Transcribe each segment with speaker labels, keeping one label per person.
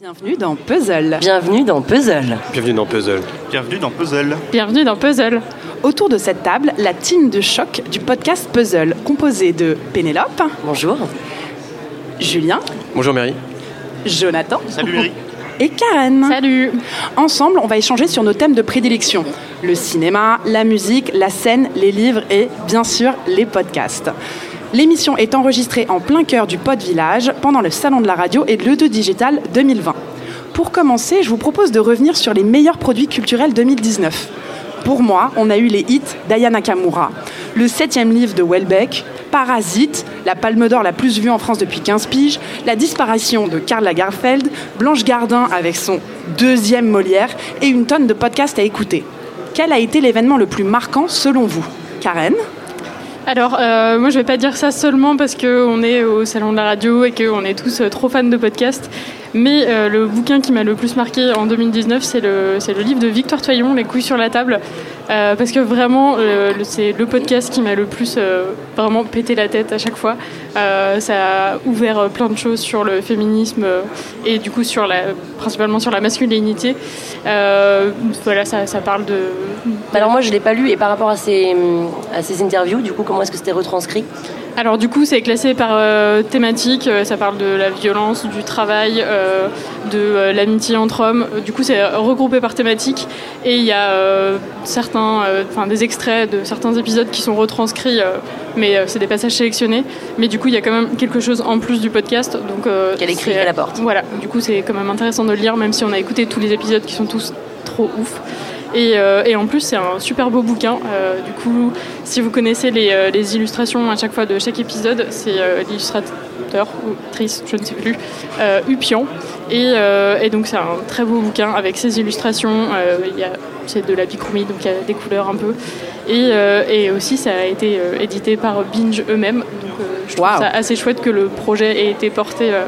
Speaker 1: Bienvenue dans Puzzle.
Speaker 2: Bienvenue dans Puzzle.
Speaker 3: Bienvenue dans Puzzle.
Speaker 4: Bienvenue dans Puzzle.
Speaker 5: Bienvenue dans Puzzle.
Speaker 1: Autour de cette table, la team de choc du podcast Puzzle, composée de Pénélope,
Speaker 2: Bonjour.
Speaker 1: Julien,
Speaker 3: Bonjour Mary.
Speaker 1: Jonathan
Speaker 4: Salut Mary.
Speaker 1: et Karen.
Speaker 5: Salut.
Speaker 1: Ensemble, on va échanger sur nos thèmes de prédilection. Le cinéma, la musique, la scène, les livres et, bien sûr, les podcasts. L'émission est enregistrée en plein cœur du Pod Village pendant le Salon de la radio et le 2 Digital 2020. Pour commencer, je vous propose de revenir sur les meilleurs produits culturels 2019. Pour moi, on a eu les hits d'Aya Nakamura, le septième livre de Welbeck, Parasite, la palme d'or la plus vue en France depuis 15 piges, la disparition de Karl Lagerfeld, Blanche Gardin avec son deuxième Molière et une tonne de podcasts à écouter. Quel a été l'événement le plus marquant selon vous Karen
Speaker 5: Alors, euh, moi, je vais pas dire ça seulement parce qu'on est au salon de la radio et qu'on est tous euh, trop fans de podcasts. Mais euh, le bouquin qui m'a le plus marqué en 2019, c'est le, c'est le livre de Victor Toyon, Les couilles sur la table. Euh, parce que vraiment, euh, le- c'est le podcast qui m'a le plus euh, vraiment pété la tête à chaque fois. Euh, ça a ouvert euh, plein de choses sur le féminisme euh, et du coup sur la, principalement sur la masculinité. Euh, voilà, ça, ça parle de...
Speaker 2: Alors moi je l'ai pas lu et par rapport à ces, hum, à ces interviews, du coup comment est-ce que c'était retranscrit
Speaker 5: Alors du coup, c'est classé par euh, thématique. Euh, Ça parle de la violence, du travail, euh, de euh, l'amitié entre hommes. Euh, Du coup, c'est regroupé par thématique. Et il y a euh, certains, euh, enfin des extraits de certains épisodes qui sont retranscrits, euh, mais euh, c'est des passages sélectionnés. Mais du coup, il y a quand même quelque chose en plus du podcast. Donc euh,
Speaker 2: Qu'elle écrit
Speaker 5: c'est-
Speaker 2: à la porte.
Speaker 5: Voilà. Du coup, c'est quand même intéressant de le lire, même si on a écouté tous les épisodes qui sont tous trop ouf. Et, euh, et en plus, c'est un super beau bouquin. Euh, du coup, si vous connaissez les, euh, les illustrations à chaque fois de chaque épisode, c'est euh, l'illustrateur ou actrice, je ne sais plus, euh, Upian. Et, euh, et donc c'est un très beau bouquin avec ses illustrations. Euh, il y a- c'est de la bichromie, donc il y a des couleurs un peu. Et, euh, et aussi, ça a été euh, édité par Binge eux-mêmes. Donc euh, je trouve
Speaker 1: Waouh.
Speaker 5: ça assez chouette que le projet ait été porté euh,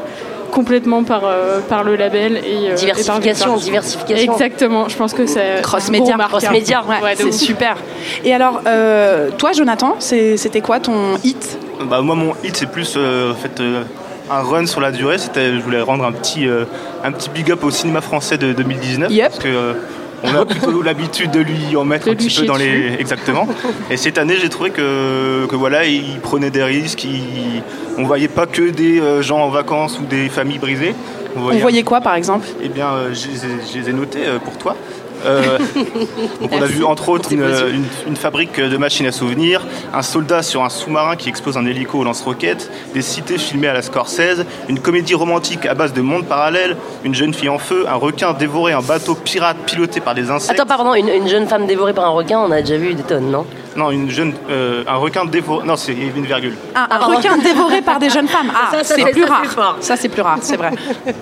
Speaker 5: complètement par, euh, par le label et, euh, et par
Speaker 2: Diversification,
Speaker 5: Victor.
Speaker 2: diversification.
Speaker 5: Exactement, je pense que c'est
Speaker 1: Cross-média,
Speaker 2: cross-média,
Speaker 5: média
Speaker 1: Ouais, c'est super. Et alors, euh, toi, Jonathan, c'est- c'était quoi ton hit
Speaker 4: Bah, moi, mon hit, c'est plus euh, en fait, euh, un run sur la durée. C'était, je voulais rendre un petit, euh, un petit big up au cinéma français de 2019.
Speaker 1: Yep.
Speaker 4: Parce que. euh, on a plutôt l'habitude de lui en mettre
Speaker 5: De
Speaker 4: un
Speaker 5: lui
Speaker 4: petit peu
Speaker 5: chier
Speaker 4: dans les.
Speaker 5: dessus.
Speaker 4: Exactement. Et cette année, j'ai trouvé que, que voilà, il prenait des risques. il- On voyait pas que des euh, gens en vacances ou des familles brisées. On
Speaker 1: On voyait quoi, par exemple
Speaker 4: Eh bien, euh, je les ai- je les ai notés euh, pour toi. Euh, donc on a
Speaker 2: Merci
Speaker 4: vu entre
Speaker 2: pour
Speaker 4: autres
Speaker 2: tes
Speaker 4: une,
Speaker 2: beaux yeux.
Speaker 4: une- une fabrique de machines à souvenirs, un soldat sur un sous-marin qui explose un hélico au lance-roquettes, des cités filmées à la Scorsese, une comédie romantique à base de mondes parallèles, une jeune fille en feu, un requin dévoré, un bateau pirate piloté par des insectes.
Speaker 2: Attends, pardon, une, une jeune femme dévorée par un requin, on a déjà vu des tonnes, non
Speaker 4: Non, une jeune, euh, un requin dévoré. Non, c'est il y avait une virgule.
Speaker 1: Ah, Un
Speaker 2: pardon.
Speaker 1: requin dévoré par des jeunes femmes. Ah,
Speaker 2: Ça, ça,
Speaker 1: c'est
Speaker 2: ça,
Speaker 1: plus
Speaker 2: ça, c'est
Speaker 1: rare.
Speaker 2: fort.
Speaker 1: Ça, c'est plus rare, c'est vrai.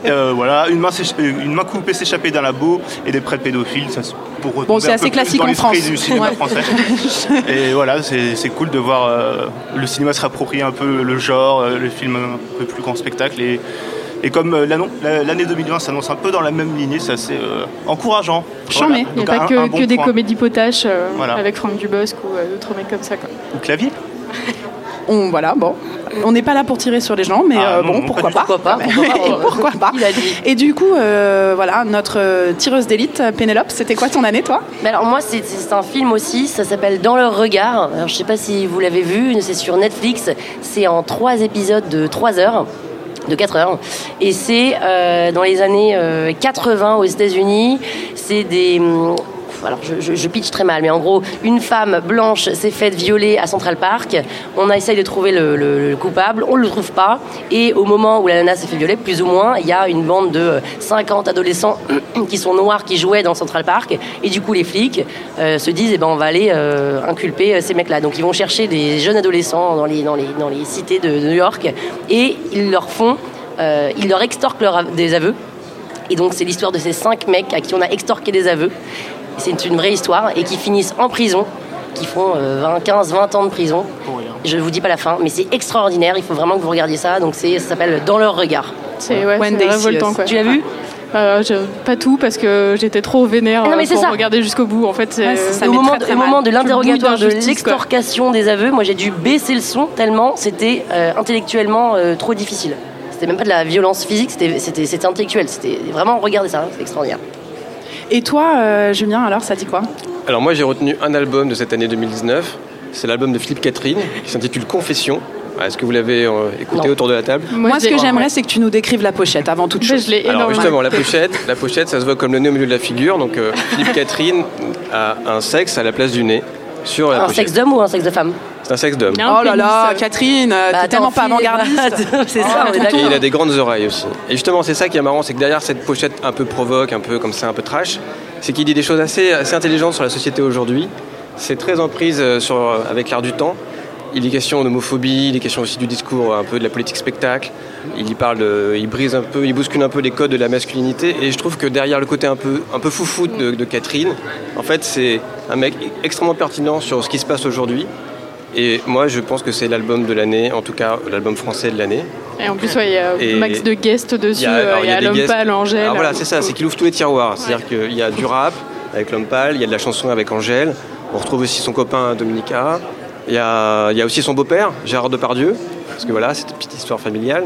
Speaker 4: Euh, voilà, une main, s'écha- euh, une main coupée s'échapper d'un labo et des prêts pédophiles. Ça, c'est pour retrouver
Speaker 1: Bon, c'est
Speaker 4: un
Speaker 1: assez
Speaker 4: peu plus
Speaker 1: classique
Speaker 4: dans
Speaker 1: en
Speaker 4: l'esprit
Speaker 1: France.
Speaker 4: du cinéma
Speaker 1: Ouais.
Speaker 4: français. Et voilà, c'est c'est cool de voir euh, le cinéma se rapproprier un peu le genre, euh, le film un peu plus grand spectacle. Et, et comme euh, l'annon- la- l'année 2020 s'annonce un peu dans la même lignée, c'est assez euh, encourageant.
Speaker 1: Charmé.
Speaker 5: Il n'y
Speaker 4: Donc,
Speaker 5: a pas
Speaker 4: un-
Speaker 5: que,
Speaker 4: un bon
Speaker 5: que des
Speaker 4: point.
Speaker 5: comédies potaches euh,
Speaker 4: Voilà.
Speaker 5: avec Franck Dubosc ou euh, d'autres mecs comme ça. quoi.
Speaker 4: Ou clavier.
Speaker 1: On, voilà, bon. On n'est pas là pour tirer sur les gens, mais
Speaker 4: Ah,
Speaker 1: euh,
Speaker 4: non,
Speaker 1: bon,
Speaker 4: non,
Speaker 1: pourquoi pas.
Speaker 2: Pourquoi
Speaker 4: pas
Speaker 2: pas
Speaker 1: Et pourquoi pas
Speaker 2: Il a dit.
Speaker 1: Et du coup, euh, voilà, notre euh, tireuse d'élite, Pénélope, c'était quoi ton année, toi
Speaker 2: Mais alors moi c'est- c'est un film aussi, ça s'appelle Dans leur regard. Alors je sais pas si vous l'avez vu, c'est sur Netflix, c'est en trois épisodes de 3 heures de 4 heures et c'est euh, dans les années euh, 80 aux États-Unis, c'est des hum, alors je, je, je pitch très mal, mais en gros, une femme blanche s'est faite violer à Central Park. On a essayé de trouver le, le- le coupable, on ne le trouve pas. Et au moment où la nana s'est fait violer, plus ou moins, il y a une bande de euh, 50 adolescents qui sont noirs qui jouaient dans Central Park. Et du coup, les flics euh, se disent, eh ben, on va aller euh, inculper euh, ces mecs-là. Donc ils vont chercher des jeunes adolescents dans les, dans les, dans les cités de New York et ils leur font, euh, ils leur extorquent leur av- des aveux. Et donc, c'est l'histoire de ces cinq mecs à qui on a extorqué des aveux. C'est une vraie histoire et qui finissent en prison, qui font euh, 20, 15, 20 ans de prison.
Speaker 3: Oh,
Speaker 2: Je vous dis pas la fin, mais c'est extraordinaire. Il faut vraiment que vous regardiez ça. Donc, c'est- ça s'appelle Dans leur regard.
Speaker 5: C'est ouais,
Speaker 1: When
Speaker 5: c'est
Speaker 1: They See
Speaker 5: révoltant.
Speaker 1: Us.
Speaker 5: Quoi.
Speaker 2: Tu l'as vu
Speaker 5: Euh, je- Pas tout parce que j'étais trop vénère
Speaker 2: Ah non, mais
Speaker 5: euh,
Speaker 2: c'est
Speaker 5: pour
Speaker 2: ça.
Speaker 5: regarder jusqu'au bout. En fait, c'est-
Speaker 1: Ouais, c'est ça.
Speaker 2: Au
Speaker 1: met
Speaker 2: moment,
Speaker 1: très,
Speaker 2: de-
Speaker 1: très
Speaker 2: au
Speaker 1: mal.
Speaker 2: moment de
Speaker 5: Tu le
Speaker 2: l'interrogatoire
Speaker 5: bouilles
Speaker 2: de
Speaker 5: d'injustice, quoi.
Speaker 2: l'extorcation des aveux, moi j'ai dû baisser le son tellement c'était euh, intellectuellement euh, trop difficile. C'était même pas de la violence physique, c'était- c'était c'était intellectuel. C'était vraiment, regardez ça, hein, c'est extraordinaire.
Speaker 1: Et toi, euh, Julien, alors, ça dit quoi
Speaker 3: Alors moi j'ai retenu un album de cette année 2019, c'est l'album de Philippe Catherine qui s'intitule Confession. Ah, Est-ce que vous l'avez euh, écouté
Speaker 2: Non.
Speaker 3: autour de la table
Speaker 1: Moi, ce
Speaker 5: j'ai-
Speaker 1: que j'aimerais, c'est que tu nous décrives la pochette avant toute
Speaker 5: Mais
Speaker 1: chose.
Speaker 5: je l'ai
Speaker 3: Alors
Speaker 5: énormément
Speaker 3: justement, la
Speaker 5: écouté.
Speaker 3: pochette, la pochette, ça se voit comme le nez au milieu de la figure. Donc euh, Philippe Catherine a un sexe à la place du nez sur la
Speaker 2: Un
Speaker 3: pochette.
Speaker 2: sexe d'homme ou un sexe de femme
Speaker 3: C'est un sexe d'homme.
Speaker 5: Il y a un
Speaker 1: Oh là là,
Speaker 5: pénis, euh,
Speaker 1: Catherine, euh,
Speaker 2: Bah,
Speaker 1: Bah, t'es tellement
Speaker 2: attends,
Speaker 1: pas
Speaker 2: fille,
Speaker 1: avant-gardiste.
Speaker 2: c'est
Speaker 1: Ah,
Speaker 2: ça, on
Speaker 1: tonton.
Speaker 2: est
Speaker 3: Et il
Speaker 2: d'accord.
Speaker 3: a des grandes oreilles aussi. Et justement, c'est ça qui est marrant, c'est que derrière cette pochette un peu provoque, un peu comme ça, un peu trash, c'est qu'il dit des choses assez, assez intelligentes sur la société aujourd'hui. C'est très en prise euh, sur, euh, avec l'air du temps. Il est question d'homophobie, il est question aussi du discours euh, un peu de la politique spectacle. Il y parle, de- il brise un peu, il bouscule un peu les codes de la masculinité. Et je trouve que derrière le côté un peu, un peu foufou de, de Catherine, en fait, c'est un mec extrêmement pertinent sur ce qui se passe aujourd'hui. Et moi, je pense que c'est l'album de l'année, en tout cas l'album français de l'année.
Speaker 5: Et en plus, ouais, il y a
Speaker 3: Et-
Speaker 5: max de guests dessus. euh,
Speaker 3: alors,
Speaker 5: Il y a,
Speaker 3: des
Speaker 5: l'homme
Speaker 3: guests.
Speaker 5: pâle, Angèle.
Speaker 3: Alors voilà, c'est ça, c'est qu'il ouvre tous les tiroirs. C'est-à-dire qu'il y a du rap avec l'homme pâle, il y a de la chanson avec Angèle, on retrouve aussi son copain Dominique Ara, il y a, il y a aussi son beau-père, Gérard Depardieu, parce que voilà, c'est une petite histoire familiale.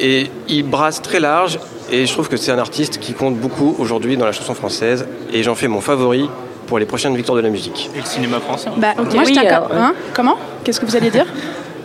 Speaker 3: Et il brasse très large, et je trouve que c'est un artiste qui compte beaucoup aujourd'hui dans la chanson française, et j'en fais mon favori pour les prochaines victoires de la musique.
Speaker 4: Et le cinéma français. hein.
Speaker 1: Bah,
Speaker 2: Ok.
Speaker 1: Moi, je
Speaker 2: Oui,
Speaker 1: t'accorde.
Speaker 2: alors, ouais.
Speaker 1: Hein Comment Qu'est-ce que vous alliez dire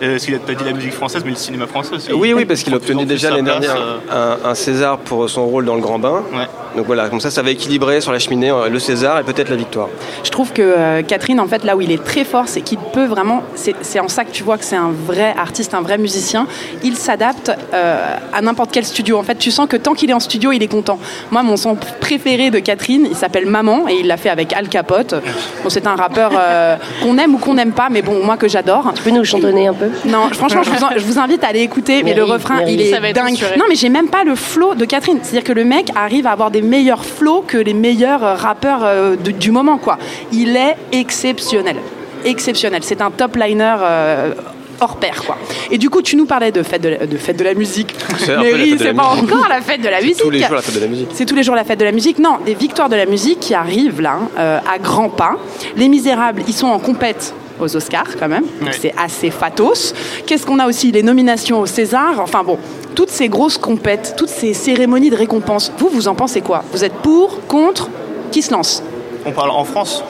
Speaker 4: Euh, Parce qu'il n'a pas dit la musique française, mais le cinéma français aussi.
Speaker 3: Oui, oui, parce qu'il
Speaker 4: Prend de plus en
Speaker 3: obtenait
Speaker 4: plus
Speaker 3: déjà
Speaker 4: sa
Speaker 3: l'année
Speaker 4: place,
Speaker 3: dernière
Speaker 5: euh,
Speaker 3: un, un César pour son rôle dans Le Grand Bain.
Speaker 4: euh, ouais.
Speaker 3: Donc voilà, comme ça, ça va équilibrer sur la cheminée euh, le César et peut-être la victoire.
Speaker 1: Je trouve que euh, Catherine, en fait, là où il est très fort, c'est qu'il peut vraiment. C'est c'est en ça que tu vois que c'est un vrai artiste, un vrai musicien. Il s'adapte euh, à n'importe quel studio. En fait, tu sens que tant qu'il est en studio, il est content. Moi, mon son préféré de Catherine, il s'appelle Maman et il l'a fait avec Al Capote. Bon, c'est un rappeur euh, qu'on aime ou qu'on n'aime pas, mais bon, moi que j'adore.
Speaker 2: Tu peux nous chantonner un peu
Speaker 1: Non, franchement, je vous, en- je vous invite à aller écouter, mais le
Speaker 2: Mérite,
Speaker 1: refrain,
Speaker 2: mérite.
Speaker 1: il est
Speaker 5: Ça va être
Speaker 1: dingue.
Speaker 5: censuré.
Speaker 1: Non, mais j'ai même pas le flow de Catherine. C'est-à-dire que le mec arrive à avoir des meilleurs flows que les meilleurs euh, rappeurs euh, de- du moment, quoi. Il est exceptionnel. Exceptionnel. C'est un top liner. euh, hors pair quoi. Et du coup tu nous parlais de fête de la, de fête de la musique.
Speaker 3: C'est un peu
Speaker 1: Mais
Speaker 3: la
Speaker 1: oui,
Speaker 3: fête de
Speaker 1: c'est
Speaker 3: la
Speaker 1: pas
Speaker 3: musique.
Speaker 1: encore la fête de la musique.
Speaker 3: Tous les jours, la fête de la musique.
Speaker 1: C'est tous les jours la fête de la musique. Non, des victoires de la musique qui arrivent là, hein, euh, à grands pas. Les Misérables, ils sont en compète aux Oscars quand même. Donc,
Speaker 4: Ouais.
Speaker 1: C'est assez fatos. Qu'est-ce qu'on a aussi Les nominations au César. Enfin bon, toutes ces grosses compètes, toutes ces cérémonies de récompense. Vous, vous en pensez quoi Vous êtes pour, contre Qui se lance
Speaker 4: On parle en France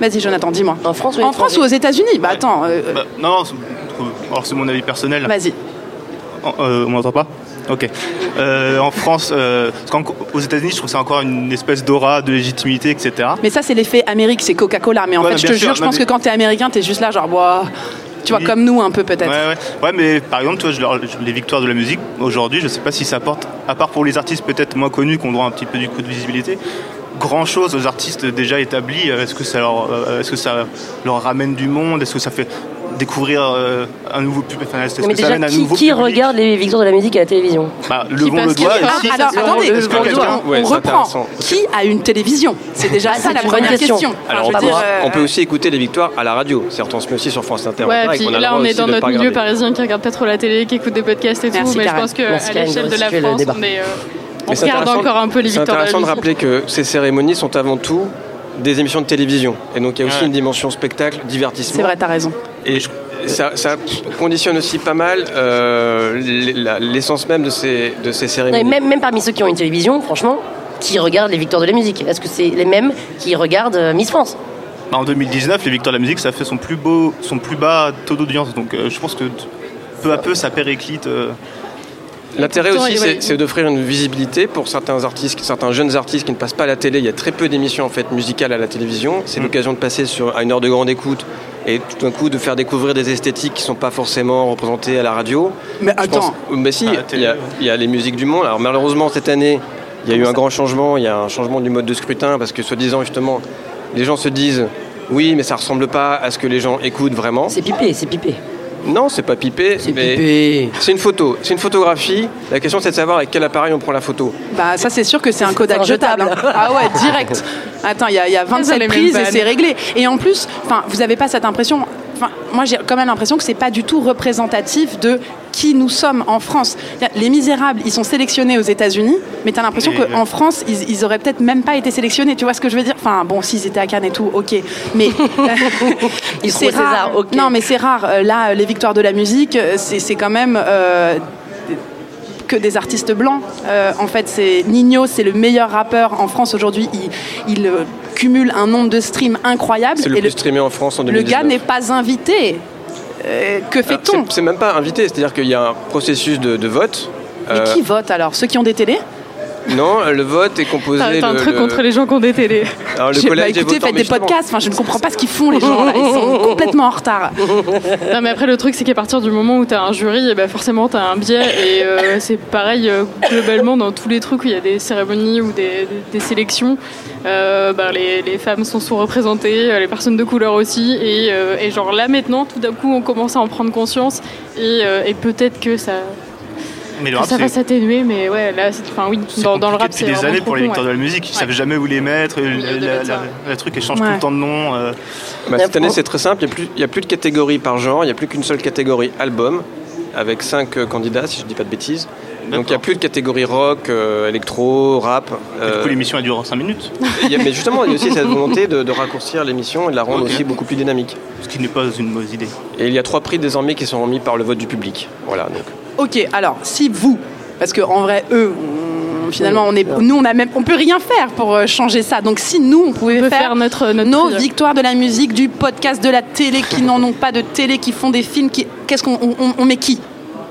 Speaker 1: Vas-y, Jonathan, dis-moi.
Speaker 2: En France ou à
Speaker 1: En France ou aux États-Unis Bah attends. euh, euh,
Speaker 4: Bah, Non, non, c'est- alors c'est mon avis personnel.
Speaker 1: Vas-y.
Speaker 4: En- euh, on m'entend pas Ok. Euh, en France, euh, parce qu'en- aux États-Unis, je trouve ça encore une espèce d'aura de légitimité, etc.
Speaker 1: Mais ça, c'est l'effet Amérique, c'est Coca-Cola. Mais en
Speaker 4: Ouais,
Speaker 1: fait,
Speaker 4: non,
Speaker 1: je te
Speaker 4: bien sûr,
Speaker 1: jure, je
Speaker 4: non,
Speaker 1: pense
Speaker 4: mais-
Speaker 1: que quand t'es américain, t'es juste là, genre, Ouah. tu vois,
Speaker 4: Oui.
Speaker 1: comme nous un peu peut-être.
Speaker 4: Ouais, ouais. ouais, mais par exemple, toi, je leur- je- les victoires de la musique, aujourd'hui, je sais pas si ça apporte, à part pour les artistes peut-être moins connus, qui ont droit à un petit peu du coup de visibilité, grand chose aux artistes déjà établis. Euh, Est-ce que ça leur, euh, est-ce que ça leur ramène du monde Est-ce que ça fait découvrir euh, un nouveau public Enfin, est-ce
Speaker 2: Non, mais
Speaker 4: que ça
Speaker 2: déjà,
Speaker 4: amène un
Speaker 2: qui,
Speaker 4: nouveau
Speaker 2: qui
Speaker 4: public
Speaker 2: regarde les victoires de la musique à la télévision
Speaker 4: bah,
Speaker 5: qui
Speaker 4: Levons
Speaker 5: passe
Speaker 4: le doigt. et
Speaker 5: quelque
Speaker 1: Ah,
Speaker 5: part
Speaker 4: si-
Speaker 1: alors
Speaker 2: c'est
Speaker 1: attendez,
Speaker 2: vraiment
Speaker 1: est-ce
Speaker 4: le
Speaker 1: qu'on-
Speaker 4: besoin.
Speaker 1: on
Speaker 3: Ouais, c'est
Speaker 1: reprend
Speaker 3: intéressant.
Speaker 1: Qui a une télévision C'est déjà
Speaker 2: Ah,
Speaker 1: ça
Speaker 2: c'est
Speaker 1: la
Speaker 2: une
Speaker 1: première
Speaker 2: bonne question.
Speaker 1: question.
Speaker 5: Ah,
Speaker 3: Alors
Speaker 1: Enfin,
Speaker 3: on,
Speaker 1: je veux
Speaker 3: pourra-
Speaker 1: dire, euh,
Speaker 3: on peut aussi écouter les victoires à la radio. Certes, on se met aussi sur France Inter. en
Speaker 5: Ouais,
Speaker 3: direct,
Speaker 5: puis
Speaker 3: on a le
Speaker 5: là,
Speaker 3: droit
Speaker 5: on est
Speaker 3: aussi
Speaker 5: dans
Speaker 3: de
Speaker 5: notre
Speaker 3: pas
Speaker 5: milieu
Speaker 3: regarder.
Speaker 5: parisien qui regarde pas trop la télé, qui écoute des podcasts et
Speaker 1: Merci,
Speaker 5: tout. Mais je
Speaker 1: Karen.
Speaker 5: pense qu'à
Speaker 2: Merci, Karen,
Speaker 5: l'échelle
Speaker 2: de
Speaker 5: de la
Speaker 2: resituer le
Speaker 5: France,
Speaker 2: débat.
Speaker 5: on, est, euh, on
Speaker 3: Mais c'est
Speaker 5: regarde
Speaker 3: intéressant-
Speaker 5: encore un peu les
Speaker 3: C'est
Speaker 5: victoires de la
Speaker 3: intéressant de
Speaker 5: musique.
Speaker 3: rappeler que ces cérémonies sont avant tout des émissions de télévision. Et donc il y a aussi
Speaker 4: Ouais.
Speaker 3: une dimension spectacle, divertissement.
Speaker 1: C'est vrai, t'as raison.
Speaker 3: Et ça, ça conditionne aussi pas mal euh, la- l'essence même de ces, de ces
Speaker 2: Non,
Speaker 3: cérémonies.
Speaker 2: mais même, même parmi ceux qui ont une télévision, franchement, qui regardent les victoires de la musique Est-ce que c'est les mêmes qui regardent euh, Miss France
Speaker 4: Bah, en 2019, les Victoires de la musique, ça fait son plus beau, son plus bas taux d'audience. Donc, euh, je pense que t- peu à peu, ça périclite. euh.
Speaker 3: L'intérêt
Speaker 5: Pourtant,
Speaker 3: aussi,
Speaker 5: il-
Speaker 3: c'est- c'est d'offrir une visibilité pour certains artistes, certains jeunes artistes qui ne passent pas à la télé. Il y a très peu d'émissions en fait musicales à la télévision. C'est
Speaker 4: Mm.
Speaker 3: l'occasion de passer sur, à une heure de grande écoute et tout d'un coup de faire découvrir des esthétiques qui ne sont pas forcément représentées à la radio.
Speaker 1: Mais
Speaker 3: Je pense-
Speaker 1: attends,
Speaker 3: mais si,
Speaker 4: À la
Speaker 3: il
Speaker 4: télé,
Speaker 3: y, a,
Speaker 4: ouais.
Speaker 3: il y a les musiques du monde. Alors malheureusement cette année, il y a eu un grand changement. Il y a un changement du mode de scrutin parce que soi-disant justement, les gens se disent oui, mais ça ressemble pas à ce que les gens écoutent vraiment.
Speaker 2: C'est pipé, c'est pipé.
Speaker 3: Non, c'est pas pipé.
Speaker 2: C'est
Speaker 3: mais-
Speaker 2: pipé.
Speaker 3: c'est une photo, c'est une photographie. La question c'est de savoir avec quel appareil on prend la photo.
Speaker 1: bah ça c'est sûr que c'est un Kodak
Speaker 2: C'est un
Speaker 1: jetable.
Speaker 2: jetable.
Speaker 1: hein. Ah ouais, direct. Attends, il y, a- il y a
Speaker 5: Ça, les
Speaker 1: 27
Speaker 5: mêmes
Speaker 1: prises et
Speaker 5: vannes.
Speaker 1: c'est réglé. Et en plus, enfin, vous avez pas cette impression. Enfin, moi j'ai quand même l'impression que c'est pas du tout représentatif de qui nous sommes en France. Les Misérables, ils sont sélectionnés aux États-Unis, mais t'as l'impression
Speaker 4: Et-
Speaker 1: qu'en France, ils, ils auraient peut-être même pas été sélectionnés. Tu vois ce que je veux dire Enfin, bon, s'ils étaient à Cannes et tout, ok. Mais
Speaker 2: Ils
Speaker 1: c'est
Speaker 2: seront au
Speaker 1: rare.
Speaker 2: César, ok.
Speaker 1: Non, mais c'est rare. Euh, Là, euh, les victoires de la musique, euh, c'est c'est quand même. euh, que des artistes blancs. Euh, en fait, c'est Nino, c'est le meilleur rappeur en France aujourd'hui. Il, il, euh, cumule un nombre de streams incroyable.
Speaker 3: C'est le
Speaker 1: Et
Speaker 3: plus streamé en France en
Speaker 1: le gars
Speaker 3: 2019.
Speaker 1: n'est pas invité. Euh, que
Speaker 3: Ah,
Speaker 1: fait-on
Speaker 3: c'est- C'est même pas invité, c'est-à-dire qu'il y a un processus de, de vote.
Speaker 1: Mais
Speaker 3: Euh,
Speaker 1: qui vote alors Ceux qui ont des télés
Speaker 3: Non, le vote est composé.
Speaker 5: T'as t'as un
Speaker 3: le-
Speaker 5: truc
Speaker 3: le-
Speaker 5: contre les gens qui ont des télés.
Speaker 3: Alors, le
Speaker 1: Je- bah,
Speaker 3: collège des
Speaker 1: écoutez,
Speaker 3: votants,
Speaker 1: faites des
Speaker 3: mais justement,
Speaker 1: podcasts. Enfin, je ne comprends pas ce qu'ils font les gens. là. Ils sont complètement en retard.
Speaker 5: Non, mais après, le truc, c'est qu'à partir du moment où t'as un jury, eh ben, forcément, t'as un biais. Et euh, c'est pareil, euh, globalement, dans tous les trucs où il y a des cérémonies ou des, des- des sélections, euh, ben, les, les femmes sont sous-représentées, euh, les personnes de couleur aussi. Et, euh, et genre là, maintenant, tout d'un coup, on commence à en prendre conscience. Et, euh, et peut-être que ça,
Speaker 4: Mais le
Speaker 5: que
Speaker 4: rap,
Speaker 5: ça va
Speaker 4: c'est
Speaker 5: s'atténuer. Mais ouais, là, c'est- enfin, oui,
Speaker 4: c'est
Speaker 5: dans, dans le
Speaker 4: compliqué
Speaker 5: rap,
Speaker 4: depuis
Speaker 5: c'est.
Speaker 4: des
Speaker 5: vraiment
Speaker 4: années
Speaker 5: trop
Speaker 4: pour les
Speaker 5: con,
Speaker 4: lecteurs
Speaker 5: ouais.
Speaker 4: de la musique, ils
Speaker 5: Ouais.
Speaker 4: savent jamais où les mettre, euh,
Speaker 5: Ils
Speaker 4: la,
Speaker 5: devaient
Speaker 4: la-
Speaker 5: ça.
Speaker 4: la- le truc échange
Speaker 1: Ouais.
Speaker 4: tout le temps de nom. euh,
Speaker 3: bah, cette
Speaker 2: La-
Speaker 3: année, c'est très simple. Il n'y a, plus- il y a plus de catégorie par genre. Il n'y a plus qu'une seule catégorie album, avec cinq euh, candidats, si je ne dis pas de bêtises. Donc, il n'y a plus de catégorie rock, euh, électro, rap.
Speaker 4: et Du
Speaker 3: euh,
Speaker 4: coup, l'émission, elle dure 5 minutes,
Speaker 3: il y a- mais justement, il y a aussi cette volonté de, de raccourcir l'émission et de la rendre
Speaker 4: Ok.
Speaker 3: aussi beaucoup plus dynamique.
Speaker 4: ce qui n'est pas une mauvaise idée.
Speaker 3: Et il y a trois prix désormais qui sont remis par le vote du public. Voilà. Donc,
Speaker 1: Ok, alors si vous, parce que en vrai, eux, on- finalement, on est, nous, on a même, on peut rien faire pour euh, changer ça. Donc si nous, on pouvait
Speaker 5: On peut
Speaker 1: faire,
Speaker 5: faire notre- notre
Speaker 1: nos
Speaker 5: truc.
Speaker 1: victoires de la musique, du podcast, de la télé, qui n'en ont pas de télé, qui font des films, qui, qu'est-ce qu'on, on, on- on met qui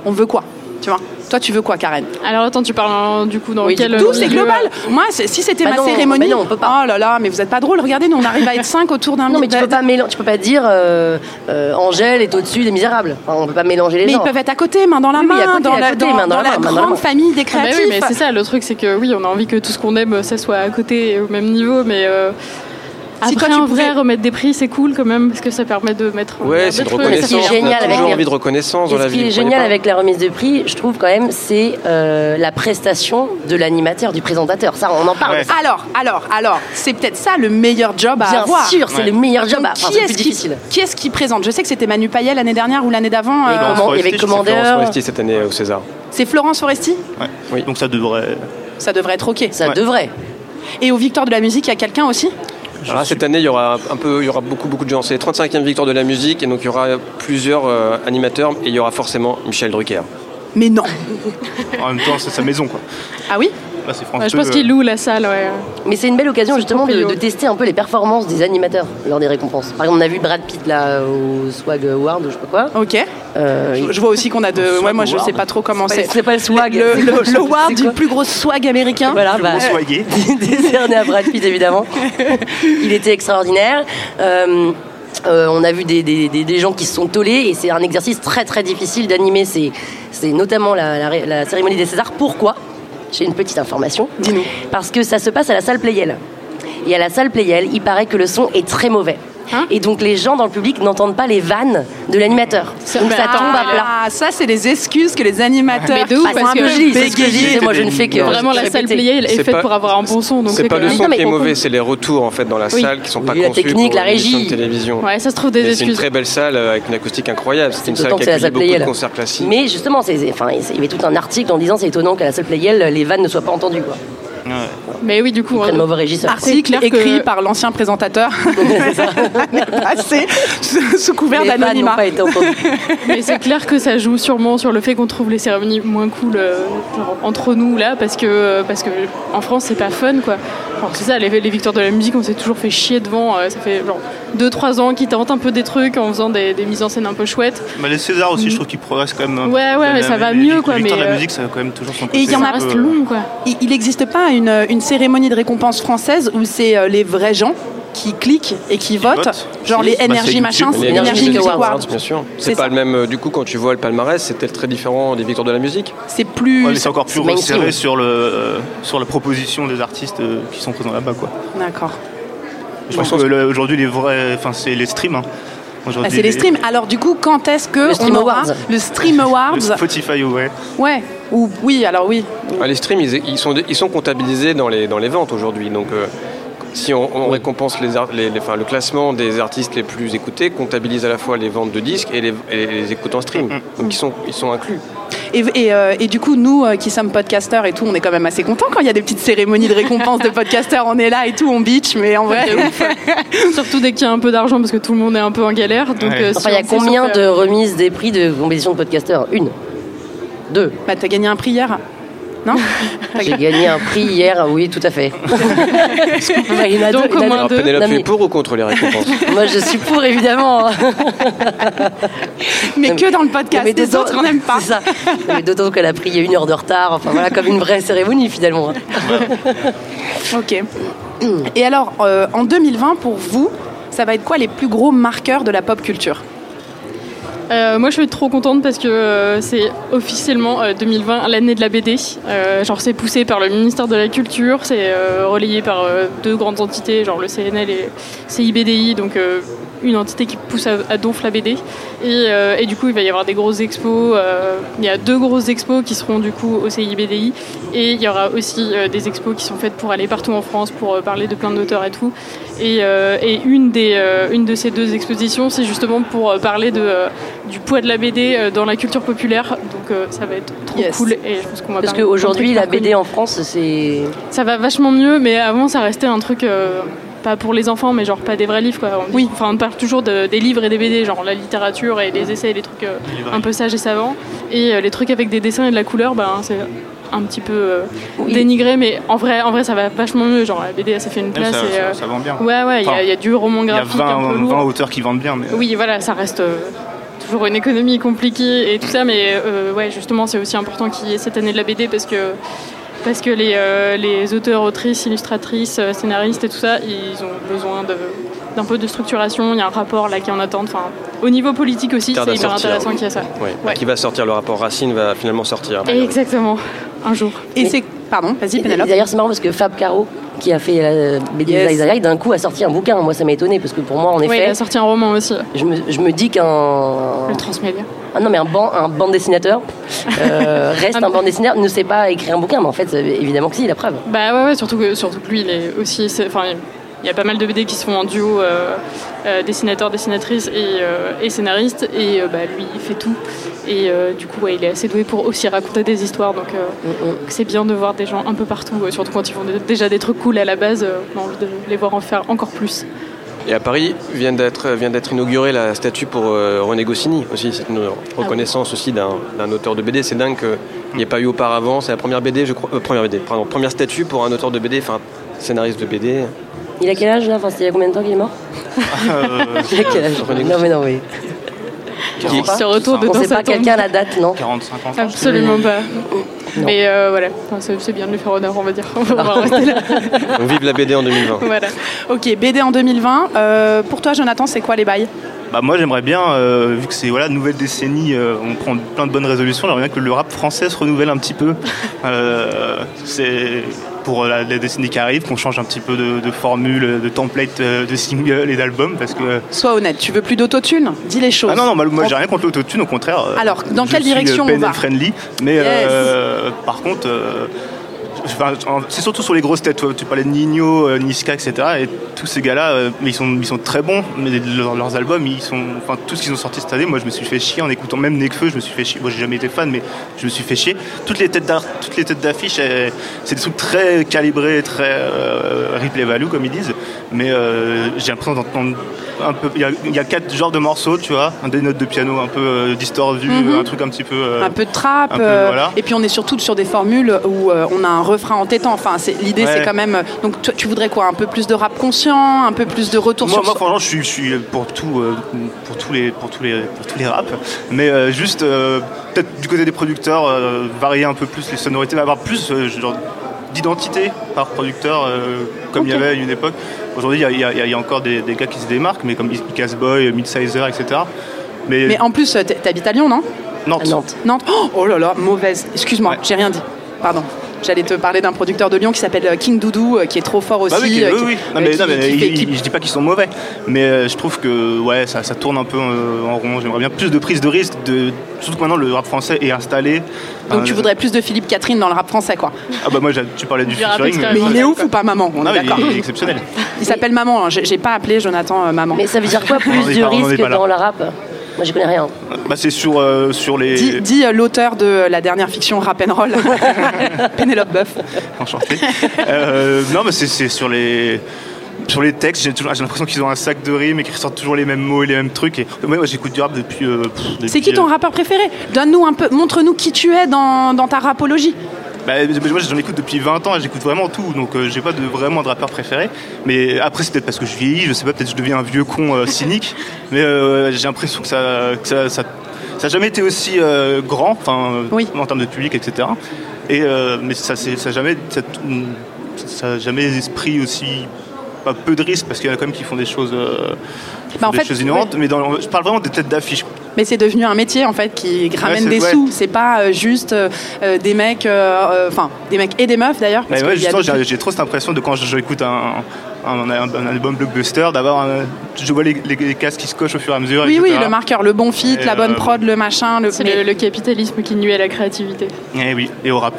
Speaker 1: On veut quoi Tu vois Toi, tu veux quoi, Karen
Speaker 5: Alors attends, tu parles hein, du coup dans
Speaker 1: Oui,
Speaker 5: quel.
Speaker 1: tout,
Speaker 5: euh,
Speaker 1: c'est
Speaker 5: milieu,
Speaker 1: global.
Speaker 5: euh,
Speaker 1: Moi, c'est- si c'était
Speaker 2: Bah
Speaker 1: ma
Speaker 2: non,
Speaker 1: cérémonie,
Speaker 2: bah non, on peut pas.
Speaker 1: oh là là, mais vous êtes pas drôle. Regardez, nous, on arrive à être cinq autour d'un.
Speaker 2: Non, mais tu peux pas, mélan- tu peux pas dire euh, euh, Angèle est au-dessus des misérables. Enfin, on peut pas mélanger les
Speaker 1: Mais ils
Speaker 2: genres.
Speaker 1: peuvent être à côté, main dans la
Speaker 2: Oui, oui, à
Speaker 1: main,
Speaker 2: côté,
Speaker 1: dans,
Speaker 2: à
Speaker 1: la,
Speaker 2: côté,
Speaker 1: dans-
Speaker 2: main dans
Speaker 1: dans
Speaker 2: la
Speaker 1: la
Speaker 2: main, main dans la
Speaker 1: grande
Speaker 2: main.
Speaker 1: famille des
Speaker 5: Ah bah
Speaker 1: créatifs.
Speaker 5: oui, mais c'est ça, le truc, c'est que oui, on a envie que tout ce qu'on aime, ça soit à côté et au même niveau, mais. euh,
Speaker 1: Si
Speaker 5: Après,
Speaker 1: toi, tu
Speaker 5: en vrai,
Speaker 1: pouvais-
Speaker 5: remettre des prix, c'est cool quand même, parce que ça permet de mettre. en
Speaker 3: ouais,
Speaker 5: valeur
Speaker 3: c'est de
Speaker 5: d'autres choses. Mais ça fait
Speaker 3: reconnaissance.
Speaker 5: chier.
Speaker 3: On a
Speaker 2: génial avec
Speaker 3: toujours
Speaker 2: les-
Speaker 3: envie de reconnaissance dans
Speaker 2: Et
Speaker 3: la
Speaker 2: ce
Speaker 3: vie.
Speaker 2: qui est
Speaker 3: vous croyez
Speaker 2: génial
Speaker 3: pas
Speaker 2: avec la remise de prix, je trouve quand même, c'est euh, la prestation de l'animateur, du présentateur. Ça, on en parle.
Speaker 4: Ouais.
Speaker 2: ça.
Speaker 1: Alors, alors, alors, c'est peut-être ça le meilleur job à
Speaker 2: Bien
Speaker 1: avoir.
Speaker 2: sûr, c'est
Speaker 4: Bah, Ouais.
Speaker 2: le meilleur job.
Speaker 1: Donc,
Speaker 2: à- Enfin,
Speaker 1: qui,
Speaker 2: c'est le
Speaker 1: est-ce
Speaker 2: plus
Speaker 1: qui,
Speaker 2: difficile.
Speaker 1: qui est-ce qui présente Je sais que c'était Manu Payet l'année dernière ou l'année d'avant. euh,
Speaker 2: comment- il y avait
Speaker 4: Forestier,
Speaker 3: Florence
Speaker 2: commandeur.
Speaker 3: Foresti cette année au César.
Speaker 2: Ah,
Speaker 1: C'est Florence Foresti
Speaker 4: Ouais.
Speaker 3: Oui.
Speaker 4: Donc ça devrait.
Speaker 1: Ça devrait être OK.
Speaker 2: Ça
Speaker 4: Ouais.
Speaker 2: devrait.
Speaker 1: Et aux Victoires de la musique, il y a quelqu'un aussi
Speaker 3: Alors là, cette année, il y aura un peu, il y aura beaucoup, beaucoup de gens. C'est les 35e victoire de la musique, et donc il y aura plusieurs euh, animateurs, et il y aura forcément Michel Drucker.
Speaker 1: Mais non.
Speaker 4: En même temps, c'est sa maison, quoi.
Speaker 1: Ah oui
Speaker 4: Là, c'est France
Speaker 5: Ouais, je
Speaker 4: Deux,
Speaker 5: pense
Speaker 4: euh,
Speaker 5: qu'il loue la salle, ouais.
Speaker 2: Mais c'est une belle occasion
Speaker 5: C'est
Speaker 2: justement de,
Speaker 5: proprio.
Speaker 2: de tester un peu les performances des animateurs lors des récompenses. Par exemple, on a vu Brad Pitt là au Swag Award ou je sais pas quoi.
Speaker 1: OK.
Speaker 2: Euh,
Speaker 1: Je vois aussi qu'on a de. Ouais, moi, je
Speaker 4: Swag
Speaker 1: sais pas trop comment c'est.
Speaker 2: c'est pas le swag.
Speaker 1: Le, le,
Speaker 2: C'est
Speaker 1: le award
Speaker 2: quoi
Speaker 1: du plus gros swag américain.
Speaker 2: Voilà, bah,
Speaker 4: Bon soyez.
Speaker 2: décerné à Brad Pitt évidemment. Il était extraordinaire. Euh, euh, on a vu des, des- des- des gens qui se sont tollés et c'est un exercice très très difficile d'animer. C'est, c'est notamment la, la ré- la cérémonie des Césars. Pourquoi J'ai une petite information.
Speaker 1: Dis-nous.
Speaker 2: Parce que ça se passe à la salle Playel. Et à la salle Playel, il paraît que le son est très mauvais.
Speaker 5: Hein
Speaker 2: et donc les gens dans le public n'entendent pas les vannes de l'animateur. Donc
Speaker 5: mais
Speaker 2: ça
Speaker 5: attends,
Speaker 2: tombe à
Speaker 5: mais
Speaker 2: plat. Ah,
Speaker 1: Ah, ça, c'est les excuses que les animateurs
Speaker 5: Mais de ouf,
Speaker 1: qui font
Speaker 5: parce
Speaker 1: un
Speaker 5: que
Speaker 1: peu
Speaker 5: je dis,
Speaker 2: c'est ce que je
Speaker 1: bégayer.
Speaker 2: dis, moi je ne fais que.
Speaker 5: Vraiment, la salle
Speaker 2: répéter.
Speaker 5: playée elle est
Speaker 3: C'est
Speaker 5: faite
Speaker 3: pas-
Speaker 5: pour avoir un bon son, donc
Speaker 3: C'est pas
Speaker 5: quand
Speaker 3: le
Speaker 5: même-
Speaker 3: son
Speaker 2: Non, mais
Speaker 3: qui est
Speaker 2: trop
Speaker 3: mauvais,
Speaker 2: cool.
Speaker 3: c'est les retours en fait dans la
Speaker 5: Oui.
Speaker 3: salle qui sont pas
Speaker 2: Oui, la
Speaker 3: conçus
Speaker 2: technique,
Speaker 3: pour
Speaker 2: la
Speaker 3: une émission
Speaker 2: régie.
Speaker 3: de télévision.
Speaker 5: Ouais, ça se trouve des
Speaker 3: Mais c'est une
Speaker 5: excuses.
Speaker 3: très belle salle euh, avec une acoustique incroyable. C'était une salle
Speaker 2: D'autant que
Speaker 3: qui
Speaker 2: c'est la
Speaker 3: accueille
Speaker 2: salle
Speaker 3: beaucoup de
Speaker 2: Playel.
Speaker 3: concerts classiques.
Speaker 2: Mais justement, c'est, enfin, il y avait tout un article en disant c'est étonnant qu'à la salle Playel, les vannes ne soient pas entendues. Quoi.
Speaker 4: Ouais.
Speaker 5: Mais oui, du coup.
Speaker 2: Près de
Speaker 5: hein.
Speaker 2: mauvais régisseur.
Speaker 1: Article
Speaker 5: clair que-
Speaker 1: écrit par l'ancien présentateur l'année passée sous- sous couvert
Speaker 2: les vannes n'ont
Speaker 1: d'anonymat.
Speaker 2: bah, pas été entendues.
Speaker 5: Mais c'est clair que ça joue sûrement sur le fait qu'on trouve les cérémonies moins cool euh, genre, entre nous là parce que euh, parce que en France c'est pas fun quoi. Genre, c'est ça les, les victoires de la musique on s'est toujours fait chier devant euh, ça fait genre 2 3 ans qu'ils tentent un peu des trucs en faisant des, des mises en scène un peu chouettes.
Speaker 4: Bah, les Césars aussi, je trouve qu'ils progressent quand même.
Speaker 5: Ouais, ouais, mais ça va
Speaker 4: les-
Speaker 5: mieux,
Speaker 4: les
Speaker 5: quoi,
Speaker 4: victoires de
Speaker 5: mais,
Speaker 4: la
Speaker 5: euh,
Speaker 4: musique, ça a quand même toujours son côté.
Speaker 1: Et il y en
Speaker 5: Ça
Speaker 1: a-
Speaker 4: un
Speaker 5: reste
Speaker 4: peu, euh,
Speaker 5: long quoi.
Speaker 1: Il il n'existe pas une, une cérémonie de récompense française où c'est euh, les vrais gens qui cliquent et qui votent,
Speaker 4: votent.
Speaker 1: genre
Speaker 4: Si,
Speaker 1: les
Speaker 4: bah, c'est
Speaker 1: NRJ
Speaker 4: YouTube.
Speaker 1: machin,
Speaker 3: Les
Speaker 1: c'est
Speaker 2: Energy
Speaker 1: Energy
Speaker 2: Music
Speaker 1: Music
Speaker 2: Awards,
Speaker 1: Awards.
Speaker 3: bien sûr.
Speaker 1: C'est
Speaker 3: C'est pas
Speaker 1: ça.
Speaker 3: le même. euh, Du coup, quand tu vois le palmarès, c'était très différent des victoires de la musique.
Speaker 1: C'est plus.
Speaker 4: Ouais, mais c'est encore plus
Speaker 2: C'est mainstream.
Speaker 4: resserré sur, le, euh, sur la proposition des artistes euh, qui sont présents là-bas. quoi.
Speaker 1: D'accord.
Speaker 4: Je pense que là, aujourd'hui, les vrais. Enfin, c'est les streams. hein. Aujourd'hui,
Speaker 1: Bah, c'est les streams. Alors du coup, quand est-ce que
Speaker 2: Le
Speaker 1: on
Speaker 2: Stream
Speaker 1: aura
Speaker 2: Awards.
Speaker 1: le Stream
Speaker 4: le
Speaker 1: Awards
Speaker 4: Spotify, ouais.
Speaker 1: Ouais. Ou oui, alors oui.
Speaker 3: Ah, les streams, ils, ils sont, ils sont comptabilisés dans les, dans les ventes aujourd'hui. Donc, euh, si on, on récompense les ar- les- les- enfin, le classement des artistes les plus écoutés, comptabilise à la fois les ventes de disques et les, et les écoutes en stream. Donc, ils sont, ils sont inclus.
Speaker 1: Et, et, euh, et du coup, nous euh, qui sommes podcasteurs et tout, on est quand même assez contents quand il y a des petites cérémonies de récompense de podcasteurs. On est là et tout, on bitch, mais en vrai.
Speaker 5: Surtout dès qu'il y a un peu d'argent parce que tout le monde est un peu en galère donc
Speaker 4: Ouais.
Speaker 5: euh,
Speaker 2: Enfin,
Speaker 5: si
Speaker 2: il y a
Speaker 5: on sait
Speaker 2: combien
Speaker 5: s'en
Speaker 2: de
Speaker 5: faire-
Speaker 2: remises des prix de compétition de podcasteurs Une. Deux.
Speaker 1: Bah, t'as gagné un prix hier Non T'as
Speaker 2: J'ai gagné un prix hier, ah oui, tout à fait. Bah, il y en a
Speaker 5: Donc,
Speaker 2: deux, il y en a
Speaker 5: au moins
Speaker 2: deux.
Speaker 3: Alors,
Speaker 5: deux.
Speaker 3: Pénélope,
Speaker 2: Non,
Speaker 3: tu es
Speaker 2: mais-
Speaker 3: pour ou contre les récompenses
Speaker 2: Moi, je suis pour, évidemment.
Speaker 1: Mais que dans le podcast,
Speaker 2: Non, mais
Speaker 1: les
Speaker 2: d'autant-
Speaker 1: autres, on n'aime pas.
Speaker 2: C'est ça. Non, mais D'autant qu'elle a pris il y a une heure de retard. Enfin, voilà, comme une vraie cérémonie, finalement.
Speaker 1: Ok. Et alors, euh, en 2020, pour vous, ça va être quoi les plus gros marqueurs de la pop culture
Speaker 5: Euh, moi, je suis trop contente parce que euh, c'est officiellement euh, 2020 l'année de la BD. Euh, genre, c'est poussé par le ministère de la Culture, c'est euh, relayé par euh, deux grandes entités, genre le CNL et CIBDI, donc euh, une entité qui pousse à, à donf la BD. Et, euh, et du coup, il va y avoir des grosses expos. euh, il y a deux grosses expos qui seront du coup au CIBDI, et il y aura aussi euh, des expos qui sont faites pour aller partout en France pour euh, parler de plein d'auteurs et tout. Et, euh, et une, des, euh, une de ces deux expositions, c'est justement pour euh, parler de, euh, du poids de la BD euh, dans la culture populaire. Donc euh, ça va être trop
Speaker 1: Yes.
Speaker 5: cool. Et je pense qu'on va
Speaker 2: Parce
Speaker 5: parler de plein de
Speaker 2: qu'aujourd'hui,
Speaker 5: trucs
Speaker 2: la
Speaker 5: pas connus.
Speaker 2: BD en France, c'est.
Speaker 5: Ça va vachement mieux, mais avant, ça restait un truc. euh, pas pour les enfants, mais genre pas des vrais livres. Quoi. On dit-
Speaker 1: Oui.
Speaker 5: Enfin, on parle toujours de- des livres et des BD, genre la littérature et les essais, les trucs euh, un peu sages et savants. Et euh, les trucs avec des dessins et de la couleur, ben, c'est un petit peu euh,
Speaker 2: Oui.
Speaker 5: dénigré, mais en vrai, en vrai, ça va vachement mieux. Genre la BD, ça fait une
Speaker 4: Ça,
Speaker 5: place. et, euh,
Speaker 4: ça- ça vend bien.
Speaker 5: Ouais, ouais, il y a- il y, a du roman
Speaker 4: Il y a
Speaker 5: graphique un
Speaker 4: 20,
Speaker 5: peu
Speaker 4: 20
Speaker 5: lourd.
Speaker 4: auteurs qui vendent bien, mais
Speaker 5: Oui, voilà, ça reste euh, toujours une économie compliquée et tout ça, mais euh, ouais, justement, c'est aussi important qu'il y ait cette année de la BD parce que, parce que les, euh, les auteurs, autrices, illustratrices, euh, scénaristes et tout ça, ils ont besoin de- d'un peu de structuration. Il y a un rapport là qui est en attente. Enfin, au niveau politique aussi,
Speaker 3: Tarde
Speaker 5: c'est
Speaker 3: à
Speaker 5: hyper
Speaker 3: sortir.
Speaker 5: intéressant qu'il y ait ça.
Speaker 3: Oui.
Speaker 5: Ouais.
Speaker 3: Qui va sortir Le rapport Racine va finalement sortir.
Speaker 5: Exactement, un jour.
Speaker 1: Et c'est. Pardon, vas-y,
Speaker 2: Oh. Et
Speaker 1: Pénélope.
Speaker 2: D'ailleurs, c'est marrant parce que Fab Caro, qui a fait la BD
Speaker 1: Yes.
Speaker 2: Zai Zai Zai, d'un coup a sorti un bouquin. Moi, ça m'a étonné parce que pour moi, en
Speaker 5: Oui, il
Speaker 2: effet,
Speaker 5: a sorti un roman aussi,
Speaker 2: je, me, je me dis qu'un.
Speaker 5: le transmédia.
Speaker 2: Ah non, mais un ban, un bande dessinateur euh, reste un bande dessinateur, ne sait pas écrire un bouquin, mais en fait, euh, évidemment que si, la preuve.
Speaker 5: Bah ouais, ouais, surtout que, surtout que lui, il est aussi. c'est- Enfin, il y a pas mal de BD qui se font en duo, euh, euh, dessinateur, dessinatrice et, euh, et scénariste. Et euh, bah, lui, il fait tout. Et euh, du coup, ouais, il est assez doué pour aussi raconter des histoires. Donc, euh, c'est bien de voir des gens un peu partout, euh, surtout quand ils font des- déjà des trucs cool à la base. euh, on a envie de les voir en faire encore plus.
Speaker 3: Et à Paris vient d'être vient d'être inaugurée la statue pour euh, René Goscinny aussi. C'est une
Speaker 1: Ah
Speaker 3: reconnaissance aussi d'un d'un auteur de BD. C'est dingue qu'il n'y ait pas eu auparavant. C'est la première BD, je crois, euh, première BD, pardon, première statue pour un auteur de BD, enfin scénariste de BD.
Speaker 2: Il a quel âge là Enfin, c'est il y a combien de temps qu'il est mort
Speaker 4: euh,
Speaker 2: Il a quel âge
Speaker 3: René
Speaker 2: Non, mais non, mais.
Speaker 3: Qui-
Speaker 2: On sait pas.
Speaker 5: Ce retour de
Speaker 2: On
Speaker 5: dans
Speaker 2: sait
Speaker 5: sa
Speaker 2: pas
Speaker 5: tombe.
Speaker 2: quelqu'un la date, non
Speaker 4: 45 ans.
Speaker 5: Absolument pas. Mais euh, voilà, Enfin, c'est c'est bien de lui faire honneur, on va dire. On va rester là.
Speaker 3: Donc, vive la BD en 2020.
Speaker 5: Voilà.
Speaker 1: Ok, BD en 2020. Euh, pour toi, Jonathan, c'est quoi les bails
Speaker 4: Bah moi j'aimerais bien, euh, vu que c'est voilà nouvelle décennie, euh, on prend plein de bonnes résolutions, j'aimerais bien que le rap français se renouvelle un petit peu. Euh, c'est pour la, la décennie qui arrive, qu'on change un petit peu de, de formule, de template, euh, de single et d'album, parce que
Speaker 1: Sois honnête, tu veux plus d'autotune Dis les choses.
Speaker 4: ah non non, moi, moi, j'ai rien contre l'autotune, au contraire. euh,
Speaker 1: Alors, dans
Speaker 4: je
Speaker 1: quelle
Speaker 4: suis, euh,
Speaker 1: direction on
Speaker 4: PNL
Speaker 1: va
Speaker 4: friendly, mais
Speaker 1: Yes.
Speaker 4: euh, par contre. euh, enfin, c'est surtout sur les grosses têtes, tu vois, tu parlais de Nino, euh, Niska, etc. Et tous ces gars-là, euh, ils sont, ils sont très bons, mais leurs, leurs albums, ils sont, enfin, tout ce qu'ils ont sorti cette année, moi je me suis fait chier en écoutant même Nekfeu, je me suis fait chier. Moi j'ai jamais été fan, mais je me suis fait chier. Toutes les têtes, d'art- toutes les têtes d'affiche, elles- c'est des trucs très calibrés, très euh, replay value, comme ils disent. Mais euh, j'ai l'impression d'entendre un peu. Il y a- il y, a quatre genres de morceaux, tu vois, des notes de piano un peu euh, distordues, un truc un petit peu. euh,
Speaker 1: un peu de trap,
Speaker 4: un peu,
Speaker 1: euh,
Speaker 4: voilà.
Speaker 1: et puis on est surtout sur des formules où euh, on a un refrain entêtant. Enfin, c'est- l'idée,
Speaker 4: Ouais.
Speaker 1: c'est quand même. euh, Donc, toi, tu voudrais quoi Un peu plus de rap conscient, un peu plus de retour
Speaker 4: Moi,
Speaker 1: sur.
Speaker 4: moi, franchement, je suis, je suis pour tout, euh, pour tous les, pour tous les, pour tous les raps, mais euh, juste euh, peut-être du côté des producteurs euh, varier un peu plus les sonorités, avoir plus euh, genre d'identité par producteur, euh, comme il y avait à une époque. Aujourd'hui, il y a- il y, a- il y a encore des, des gars qui se démarquent, mais comme Casboy, euh, Midsizer, etc. Mais,
Speaker 1: Mais en plus, euh, t'es- t'habites à Lyon, non
Speaker 4: Nantes.
Speaker 2: À Nantes.
Speaker 1: Nantes Oh, Oh là là, mauvaise. Excuse-moi,
Speaker 4: Ouais.
Speaker 1: j'ai rien dit. Pardon. J'allais te parler d'un producteur de Lyon qui s'appelle euh, King Doudou, euh, qui est trop fort aussi.
Speaker 4: Bah oui,
Speaker 1: euh,
Speaker 4: oui,
Speaker 1: qui-
Speaker 4: oui. Non,
Speaker 1: euh,
Speaker 4: mais,
Speaker 1: qui-
Speaker 4: non, mais
Speaker 1: qui fait-
Speaker 4: il-
Speaker 1: qui-
Speaker 4: il- je dis pas qu'ils sont mauvais, mais euh, je trouve que ouais, ça, ça tourne un peu euh, en rond. J'aimerais bien plus de prise de risque, de... surtout que maintenant le rap français est installé.
Speaker 1: Donc
Speaker 4: Euh,
Speaker 1: tu voudrais plus de Philippe Catherine dans le rap français, quoi.
Speaker 4: Ah bah moi j'ai- tu parlais du
Speaker 5: Du rap
Speaker 4: featuring.
Speaker 5: expérimental.
Speaker 1: Mais
Speaker 5: Ouais.
Speaker 1: il est ouf ou pas maman On
Speaker 4: Non,
Speaker 1: est
Speaker 4: mais
Speaker 1: d'accord.
Speaker 4: il est exceptionnel.
Speaker 1: Il s'appelle maman. hein. J'ai j'ai pas appelé Jonathan euh, maman.
Speaker 2: Mais ça veut dire quoi plus
Speaker 4: On est
Speaker 2: de
Speaker 4: pas- on est
Speaker 2: risque
Speaker 4: pas là.
Speaker 2: dans la rap Moi, je connais rien.
Speaker 4: Bah c'est sur, euh, sur les...
Speaker 1: Dis, dis, euh, l'auteur de la dernière fiction rap and roll, Pénélope Boeuf.
Speaker 4: Enchanté. Euh, non mais c'est c'est sur les... sur les textes, j'ai toujours- j'ai l'impression qu'ils ont un sac de rimes et qu'ils ressortent toujours les mêmes mots et les mêmes trucs. Et moi, moi, j'écoute du rap depuis. euh, pff,
Speaker 1: C'est
Speaker 4: depuis,
Speaker 1: qui ton
Speaker 4: euh,
Speaker 1: rappeur préféré Donne-nous un peu, montre-nous qui tu es dans, dans ta rapologie.
Speaker 4: bah, Moi, j'en écoute depuis 20 ans et j'écoute vraiment tout. Donc, euh, j'ai pas de, vraiment de rappeur préféré. Mais après, c'est peut-être parce que je vieillis, je sais pas, peut-être que je deviens un vieux con euh, cynique. mais euh, j'ai l'impression que ça. que ça, ça ça a jamais été aussi euh, grand, enfin, euh,
Speaker 1: Oui.
Speaker 4: en termes de public, etc. Et, euh, mais ça, c'est- ça a jamais, ça, ça a jamais esprit aussi, pas peu de risques, parce qu'il y en a quand même qui font des choses, euh, qui
Speaker 1: Bah,
Speaker 4: font
Speaker 1: en
Speaker 4: des
Speaker 1: fait,
Speaker 4: choses innovantes. Mais dans- je parle vraiment des têtes d'affiche.
Speaker 1: Mais c'est devenu un métier en fait qui ramène
Speaker 4: c'est-
Speaker 1: des
Speaker 4: ouais.
Speaker 1: sous. C'est pas euh, juste euh, euh, des mecs, euh, euh, enfin des mecs et des meufs d'ailleurs. parce
Speaker 4: Mais ouais,
Speaker 1: qu'il y a
Speaker 4: justement,
Speaker 1: des-
Speaker 4: j'ai j'ai trop cette impression de quand je- j'écoute un, un, un- un album blockbuster, d'avoir un- je vois les, les- les casques qui se cochent au fur et à mesure.
Speaker 1: Oui, oui,
Speaker 4: etc.
Speaker 1: le marqueur, le bon fit,
Speaker 4: Et,
Speaker 1: la bonne
Speaker 4: euh,
Speaker 1: prod, le machin, le,
Speaker 5: C'est
Speaker 1: mais-
Speaker 5: le, le capitalisme qui nuit à la créativité.
Speaker 4: Eh oui, et au rap.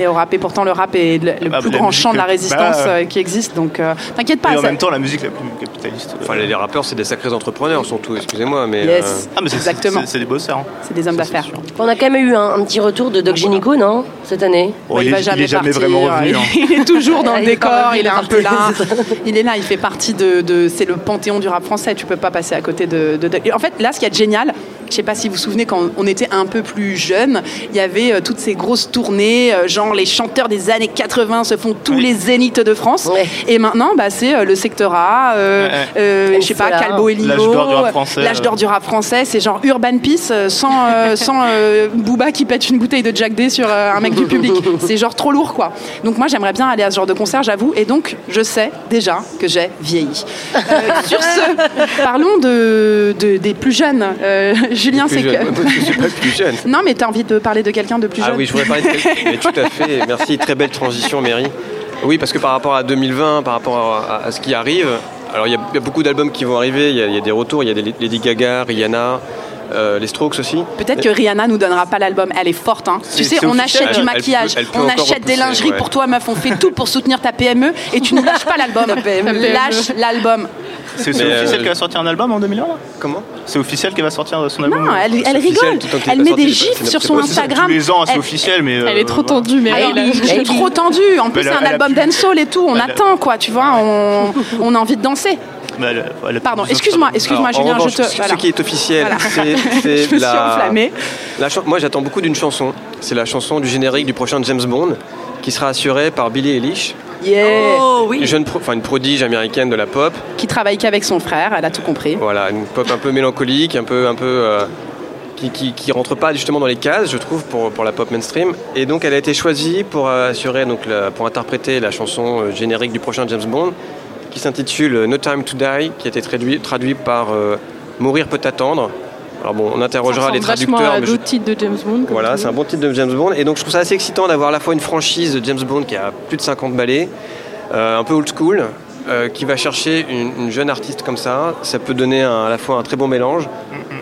Speaker 1: et au rap. Et pourtant, le rap est le, le
Speaker 4: bah,
Speaker 1: plus
Speaker 4: la
Speaker 1: grand
Speaker 4: musique,
Speaker 1: champ de la
Speaker 4: euh,
Speaker 1: résistance
Speaker 4: bah, euh,
Speaker 1: euh, qui existe. Donc, euh, t'inquiète pas.
Speaker 4: et en
Speaker 1: ça-
Speaker 4: même temps, la musique la plus capitaliste.
Speaker 3: Enfin, les les rappeurs, c'est des sacrés entrepreneurs, surtout, excusez-moi, mais. euh,
Speaker 1: Yes.
Speaker 4: ah, mais c'est- c'est-
Speaker 1: Exactement.
Speaker 4: c'est c'est des bosseurs. hein.
Speaker 1: C'est des hommes
Speaker 4: Ça, c'est
Speaker 1: d'affaires.
Speaker 4: sûr.
Speaker 2: On a quand même eu un, un petit retour de Doc Gynéco, non Cette année
Speaker 4: Bon, Oh, il,
Speaker 1: va
Speaker 4: est, il est jamais
Speaker 1: partir,
Speaker 4: vraiment revenu.
Speaker 1: euh,
Speaker 4: hein.
Speaker 1: Il est toujours dans le
Speaker 2: Il est
Speaker 1: décor,
Speaker 2: pas revenu,
Speaker 1: il est un
Speaker 2: parti.
Speaker 1: peu là. Il est là, il fait partie de. de- c'est le panthéon du rap français, tu peux pas passer à côté de. de- de- Et En fait, là, ce qu'il y a de génial, je sais pas si vous vous souvenez, quand on était un peu plus jeune, il y avait euh, toutes ces grosses tournées, euh, genre les chanteurs des années 80 se font tous
Speaker 4: Oui.
Speaker 1: les zéniths de France.
Speaker 2: Ouais.
Speaker 1: Et maintenant, bah, c'est euh, le secteur A, euh,
Speaker 4: Ouais, ouais.
Speaker 1: euh, je sais pas,
Speaker 2: Solar.
Speaker 1: Calbo et Lino.
Speaker 4: L'âge d'or du rap français,
Speaker 1: L'âge
Speaker 4: euh.
Speaker 1: d'or du rap français, c'est genre Urban Peace euh, sans, euh, sans euh, Booba qui pète une bouteille de Jack D sur euh, un mec du public. C'est genre trop lourd quoi. Donc moi j'aimerais bien aller à ce genre de concert, j'avoue, et donc je sais déjà que j'ai vieilli. Euh, sur ce, parlons de, de- des plus jeunes. Euh, Julien,
Speaker 3: plus
Speaker 1: c'est que.
Speaker 3: jeune. Je suis pas plus jeune.
Speaker 1: Non, mais t'as envie de parler de quelqu'un de plus jeune
Speaker 3: Ah oui, je voulais parler de mais tout à fait. Merci, très belle transition, Mary. Oui, parce que par rapport à 2020, par rapport à, à- à ce qui arrive, alors il y, a- il y a beaucoup d'albums qui vont arriver, il y, a- il y a des retours, il y a des Lady Gaga, Rihanna, euh, les Strokes aussi.
Speaker 1: Peut-être que Rihanna nous donnera pas l'album. Elle est forte, hein. Tu
Speaker 4: C'est-
Speaker 1: sais,
Speaker 4: c'est
Speaker 1: on
Speaker 4: officiel.
Speaker 1: achète du
Speaker 3: Elle- elle
Speaker 1: maquillage,
Speaker 3: peut- elle peut
Speaker 1: on
Speaker 3: encore
Speaker 1: achètes des
Speaker 3: repousser,
Speaker 1: lingeries
Speaker 3: ouais.
Speaker 1: pour toi, meuf. On fait tout pour soutenir ta PME et tu ne lâches pas l'album.
Speaker 2: PME.
Speaker 1: Lâche l'album.
Speaker 4: C'est c'est
Speaker 3: Mais, euh,
Speaker 4: officiel qu'elle va sortir un album en 2001 là
Speaker 3: Comment
Speaker 4: C'est officiel qu'elle va sortir son album
Speaker 1: Non,
Speaker 4: euh,
Speaker 1: elle, elle
Speaker 3: C'est officiel,
Speaker 1: rigole.
Speaker 3: tout le temps qu'il
Speaker 1: Elle
Speaker 3: est
Speaker 1: met
Speaker 3: pas
Speaker 1: des
Speaker 3: sorti,
Speaker 1: gifs
Speaker 3: c'est
Speaker 1: sur
Speaker 3: pas
Speaker 1: son
Speaker 4: Ouais, c'est ça,
Speaker 1: Instagram.
Speaker 4: Tous les ans, c'est
Speaker 1: Elle-
Speaker 4: officiel, mais.
Speaker 5: Elle
Speaker 4: euh,
Speaker 5: est trop
Speaker 4: voilà.
Speaker 5: tendue, mais
Speaker 2: Ah, elle
Speaker 5: elle,
Speaker 2: est-
Speaker 5: elle-
Speaker 1: Elle est trop tendue. En plus, c'est
Speaker 4: elle a-
Speaker 1: un
Speaker 4: elle a
Speaker 1: album
Speaker 4: pu-
Speaker 1: dancehall et tout. On
Speaker 4: Elle a-
Speaker 1: attend, quoi. Tu vois, on, on a envie de danser.
Speaker 4: Bah, elle a- elle a-
Speaker 1: Pardon, excuse-moi, excuse-moi,
Speaker 3: Alors, en
Speaker 1: Julien,
Speaker 3: revanche,
Speaker 1: je te.
Speaker 3: Ce
Speaker 1: voilà.
Speaker 3: qui est officiel,
Speaker 1: Voilà.
Speaker 3: c'est, c'est
Speaker 1: Je me suis
Speaker 3: la-
Speaker 1: enflammée.
Speaker 3: la chan- moi, j'attends beaucoup d'une chanson. C'est la chanson du générique du prochain James Bond, qui sera assurée par Billie Eilish,
Speaker 1: Yeah.
Speaker 2: Oh
Speaker 3: une jeune, pro- enfin une prodige américaine de la pop.
Speaker 1: Qui travaille qu'avec son frère, elle a tout compris.
Speaker 3: Voilà, une pop un peu mélancolique, un peu, un peu euh, qui, qui, qui rentre pas justement dans les cases, je trouve, pour, pour la pop mainstream. Et donc, elle a été choisie pour euh, assurer, donc, la- pour interpréter la chanson euh, générique du prochain James Bond, qui s'intitule euh, No Time to Die, qui a été traduit, traduit par euh, Mourir peut attendre. Alors bon, on
Speaker 5: ça
Speaker 3: interrogera les
Speaker 5: ressemble vachement
Speaker 3: traducteurs,
Speaker 5: à
Speaker 3: mais je-
Speaker 5: d'autres titres de James Bond. comme
Speaker 3: voilà,
Speaker 5: tu
Speaker 3: c'est un
Speaker 5: dis.
Speaker 3: bon titre de James Bond. Et donc, je trouve ça assez excitant d'avoir à la fois une franchise de James Bond qui a plus de 50 ballets, euh, un peu old school, euh, qui va chercher une, une jeune artiste comme ça. Ça peut donner un- à la fois un très bon mélange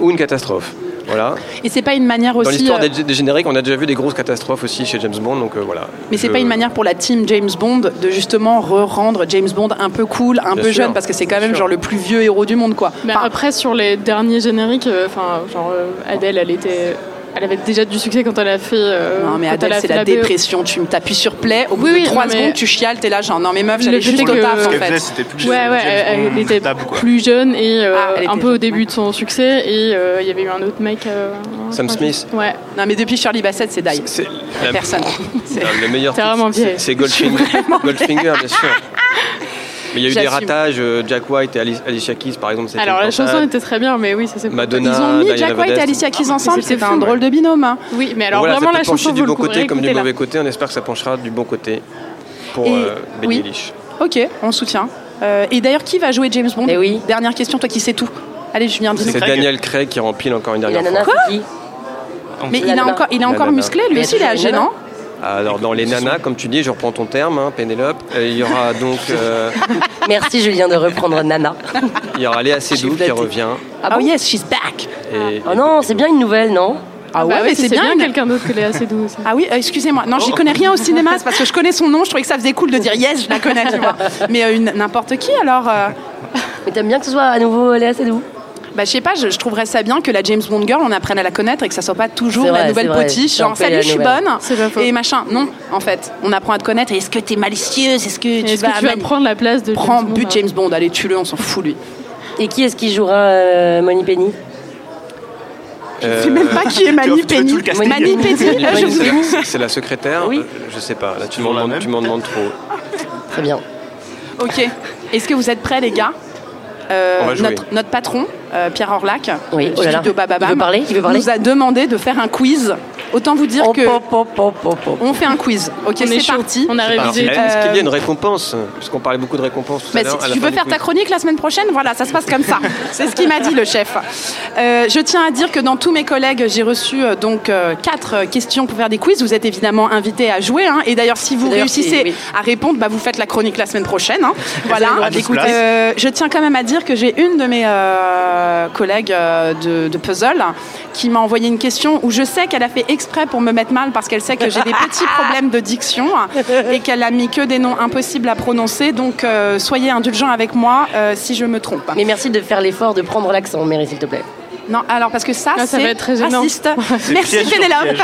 Speaker 3: ou une catastrophe. Voilà.
Speaker 1: Et c'est pas une manière
Speaker 3: Dans
Speaker 1: aussi.
Speaker 3: l'histoire
Speaker 1: euh,
Speaker 3: des, des génériques, on a déjà vu des grosses catastrophes aussi chez James Bond. Donc euh, voilà.
Speaker 1: Mais c'est
Speaker 3: Je-
Speaker 1: pas une manière pour la team James Bond de justement rendre James Bond un peu cool, un
Speaker 3: Bien
Speaker 1: peu
Speaker 3: sûr.
Speaker 1: jeune, parce que c'est quand même
Speaker 3: sûr.
Speaker 1: genre le plus vieux héros du monde, quoi.
Speaker 5: Mais
Speaker 1: Enfin,
Speaker 5: après, sur les derniers génériques, euh, enfin, genre euh, Adèle, elle était, elle avait déjà du succès quand elle a fait. euh,
Speaker 1: non, mais
Speaker 5: quand
Speaker 1: Adèle,
Speaker 5: elle a
Speaker 1: c'est
Speaker 5: fait
Speaker 1: la
Speaker 5: BO.
Speaker 1: dépression. Tu me t'appuies sur play, au bout
Speaker 5: Oui, oui,
Speaker 1: de 3
Speaker 5: non, mais-
Speaker 1: secondes, tu chiales, t'es là, genre non, mais meuf, j'allais
Speaker 5: Le fait
Speaker 1: juste
Speaker 5: est
Speaker 1: au
Speaker 5: que-
Speaker 1: taf, en
Speaker 5: Ce
Speaker 4: qu'elle faisait,
Speaker 1: fait.
Speaker 4: c'était plus
Speaker 5: Ouais, ouais, elle,
Speaker 4: James
Speaker 5: elle était
Speaker 4: Bond table, quoi.
Speaker 5: plus jeune et euh,
Speaker 1: Ah, elle était
Speaker 5: un peu
Speaker 1: jeune,
Speaker 5: au début de son succès. Et euh, il y avait eu un autre mec. euh,
Speaker 3: Sam
Speaker 5: enfin,
Speaker 3: Smith.
Speaker 5: Ouais,
Speaker 1: Non, mais depuis Shirley Bassett, c'est die.
Speaker 3: C'est la-
Speaker 1: Personne. C'est-
Speaker 3: Non, le meilleur
Speaker 5: T'es
Speaker 3: titre,
Speaker 5: vraiment
Speaker 3: c'est-
Speaker 5: vieille.
Speaker 3: C'est Goldfinger, Goldfinger, bien sûr. Mais il y a eu des
Speaker 1: J'assume.
Speaker 3: ratages. euh, Jack White et Alice- Alicia Keys, par exemple. c'était
Speaker 5: Alors
Speaker 3: une
Speaker 5: la chanson
Speaker 3: tentade.
Speaker 5: était très bien, mais oui, ça c'est.
Speaker 3: Madonna.
Speaker 1: Ils ont mis
Speaker 3: Diana
Speaker 1: Jack White
Speaker 3: Modeste.
Speaker 1: et Alicia Keys ensemble,
Speaker 5: c'était
Speaker 1: c'était
Speaker 5: fou,
Speaker 1: un drôle de binôme. hein.
Speaker 5: Oui, mais alors
Speaker 3: Voilà, ça
Speaker 5: vraiment
Speaker 3: peut
Speaker 5: la
Speaker 3: pencher
Speaker 5: chanson
Speaker 3: du
Speaker 5: vaut le
Speaker 3: bon
Speaker 5: coup.
Speaker 3: côté comme du
Speaker 5: réécoutez-la.
Speaker 3: mauvais côté. On espère que ça penchera du bon côté pour
Speaker 1: Et-
Speaker 3: euh, Billie
Speaker 1: oui.
Speaker 3: Eilish.
Speaker 1: Ok, on soutient. Euh, et d'ailleurs, qui va jouer James Bond
Speaker 2: Eh oui.
Speaker 1: Dernière question, toi qui sais tout. Allez, Julien, dis-nous.
Speaker 3: C'est
Speaker 4: Craig.
Speaker 3: Daniel Craig qui rempile encore une
Speaker 2: Et la
Speaker 3: dernière
Speaker 2: nana,
Speaker 3: fois.
Speaker 2: c'est qui
Speaker 1: Mais
Speaker 2: La
Speaker 1: il, a
Speaker 2: nana.
Speaker 1: encore, il est
Speaker 3: La
Speaker 1: encore
Speaker 3: nana.
Speaker 1: musclé, lui
Speaker 2: Mais
Speaker 1: aussi, il est
Speaker 2: c'est
Speaker 1: âgé,
Speaker 2: une nana.
Speaker 1: non
Speaker 3: Alors dans les nanas, comme tu dis, je reprends ton terme, hein, Pénélope, euh, il y aura donc euh,
Speaker 2: Merci Julien de reprendre Nana.
Speaker 3: il y aura Léa Seydoux qui
Speaker 2: flattée.
Speaker 3: revient.
Speaker 2: Ah
Speaker 1: Oh
Speaker 2: bon
Speaker 1: yes, she's back
Speaker 3: Et,
Speaker 2: Oh non, c'est bien une nouvelle, non
Speaker 1: Ah
Speaker 5: Bah
Speaker 1: ouais,
Speaker 5: oui,
Speaker 1: mais c'est bien. une-
Speaker 5: quelqu'un d'autre que Léa Seydoux aussi.
Speaker 1: Ah oui, euh, excusez-moi. Non,
Speaker 2: Oh.
Speaker 1: j'y connais rien au cinéma, c'est parce que je connais son nom, je trouvais que ça faisait cool de dire yes, je la connais, tu vois. Mais euh, une- n'importe qui alors euh,
Speaker 2: Mais t'aimes bien que ce soit à nouveau Léa Seydoux
Speaker 1: Bah, je sais pas, je, je trouverais ça bien que la James Bond girl, on apprenne à la connaître et que ça soit pas toujours
Speaker 2: C'est vrai,
Speaker 1: la nouvelle
Speaker 2: c'est vrai.
Speaker 1: potiche,
Speaker 2: C'est un
Speaker 1: genre
Speaker 2: peu
Speaker 1: salut,
Speaker 2: la
Speaker 1: je suis
Speaker 2: nouvelle.
Speaker 1: bonne
Speaker 5: C'est pas faux.
Speaker 1: et machin. Non, en fait, on apprend à te connaître. Et Est-ce que t'es malicieuse Est-ce que tu
Speaker 5: Est-ce
Speaker 1: vas,
Speaker 5: que tu vas
Speaker 1: mani-
Speaker 5: prendre la place de
Speaker 1: prends
Speaker 5: James Bond,
Speaker 1: but
Speaker 5: hein
Speaker 1: James Bond, allez, tue-le, on s'en fout lui.
Speaker 2: Et qui est-ce qui jouera euh, Money Penny
Speaker 1: Je sais même pas qui est
Speaker 4: Euh, Tu
Speaker 1: Mani
Speaker 4: veux- tu veux tout
Speaker 1: Penny.
Speaker 4: le casting
Speaker 1: Mani Penny,
Speaker 3: Manu
Speaker 1: je
Speaker 3: Penny,
Speaker 1: vous
Speaker 3: c'est la- c'est- C'est la secrétaire.
Speaker 2: Oui.
Speaker 3: euh, Je sais pas. Là, tu
Speaker 4: Toujours
Speaker 3: m'en
Speaker 4: la
Speaker 3: demandes,
Speaker 4: même.
Speaker 3: tu m'en demandes trop.
Speaker 2: Très bien.
Speaker 1: Ok. Est-ce que vous êtes prêts, les gars Euh,
Speaker 3: On va jouer.
Speaker 1: notre, notre patron, euh, Pierre Orlac,
Speaker 2: Oui,
Speaker 1: euh,
Speaker 2: oh là là.
Speaker 1: Philippe de Bababam,
Speaker 2: Il veut parler, il veut parler.
Speaker 1: nous a demandé de faire un quiz. Autant vous dire
Speaker 2: Oh,
Speaker 1: que
Speaker 2: pop, pop, pop, pop, pop.
Speaker 1: on fait un quiz. Ok,
Speaker 5: On est
Speaker 1: c'est
Speaker 5: chaud.
Speaker 1: parti.
Speaker 5: On a
Speaker 3: Alors,
Speaker 5: révisé. tout.
Speaker 3: Est-ce qu'il y a une récompense Puisqu'on parlait beaucoup de récompenses tout
Speaker 1: Ah,
Speaker 3: à
Speaker 1: euh, Mais
Speaker 3: l'heure. à
Speaker 1: si
Speaker 3: la
Speaker 1: tu
Speaker 3: fin
Speaker 1: veux
Speaker 3: du
Speaker 1: faire
Speaker 3: quiz.
Speaker 1: ta chronique la semaine prochaine, voilà, ça se passe comme ça. C'est ce qu'il m'a dit le chef. Euh, je tiens à dire que dans tous mes collègues, j'ai reçu euh, donc euh, quatre euh, questions pour faire des quiz. Vous êtes évidemment invités à jouer. hein. Et d'ailleurs, si vous
Speaker 2: D'ailleurs,
Speaker 1: réussissez
Speaker 2: si, oui.
Speaker 1: à répondre, bah, vous faites la chronique la semaine prochaine. hein.
Speaker 4: Ah,
Speaker 1: Voilà.
Speaker 4: douze places.
Speaker 1: Euh, je tiens quand même à dire que j'ai une de mes euh, collègues euh, de, de puzzle qui m'a envoyé une question où je sais qu'elle a fait exprès pour me mettre mal parce qu'elle sait que j'ai des petits problèmes de diction et qu'elle a mis que des noms impossibles à prononcer. Donc euh, soyez indulgents avec moi euh, si je me trompe.
Speaker 2: Mais merci de faire l'effort de prendre l'accent, Mary, s'il te plaît.
Speaker 1: Non, alors parce que ça,
Speaker 5: Ah, ça va
Speaker 1: c'est
Speaker 5: être très gênant.
Speaker 1: raciste.
Speaker 4: C'est
Speaker 1: Merci
Speaker 4: piège sur
Speaker 1: Pénélope.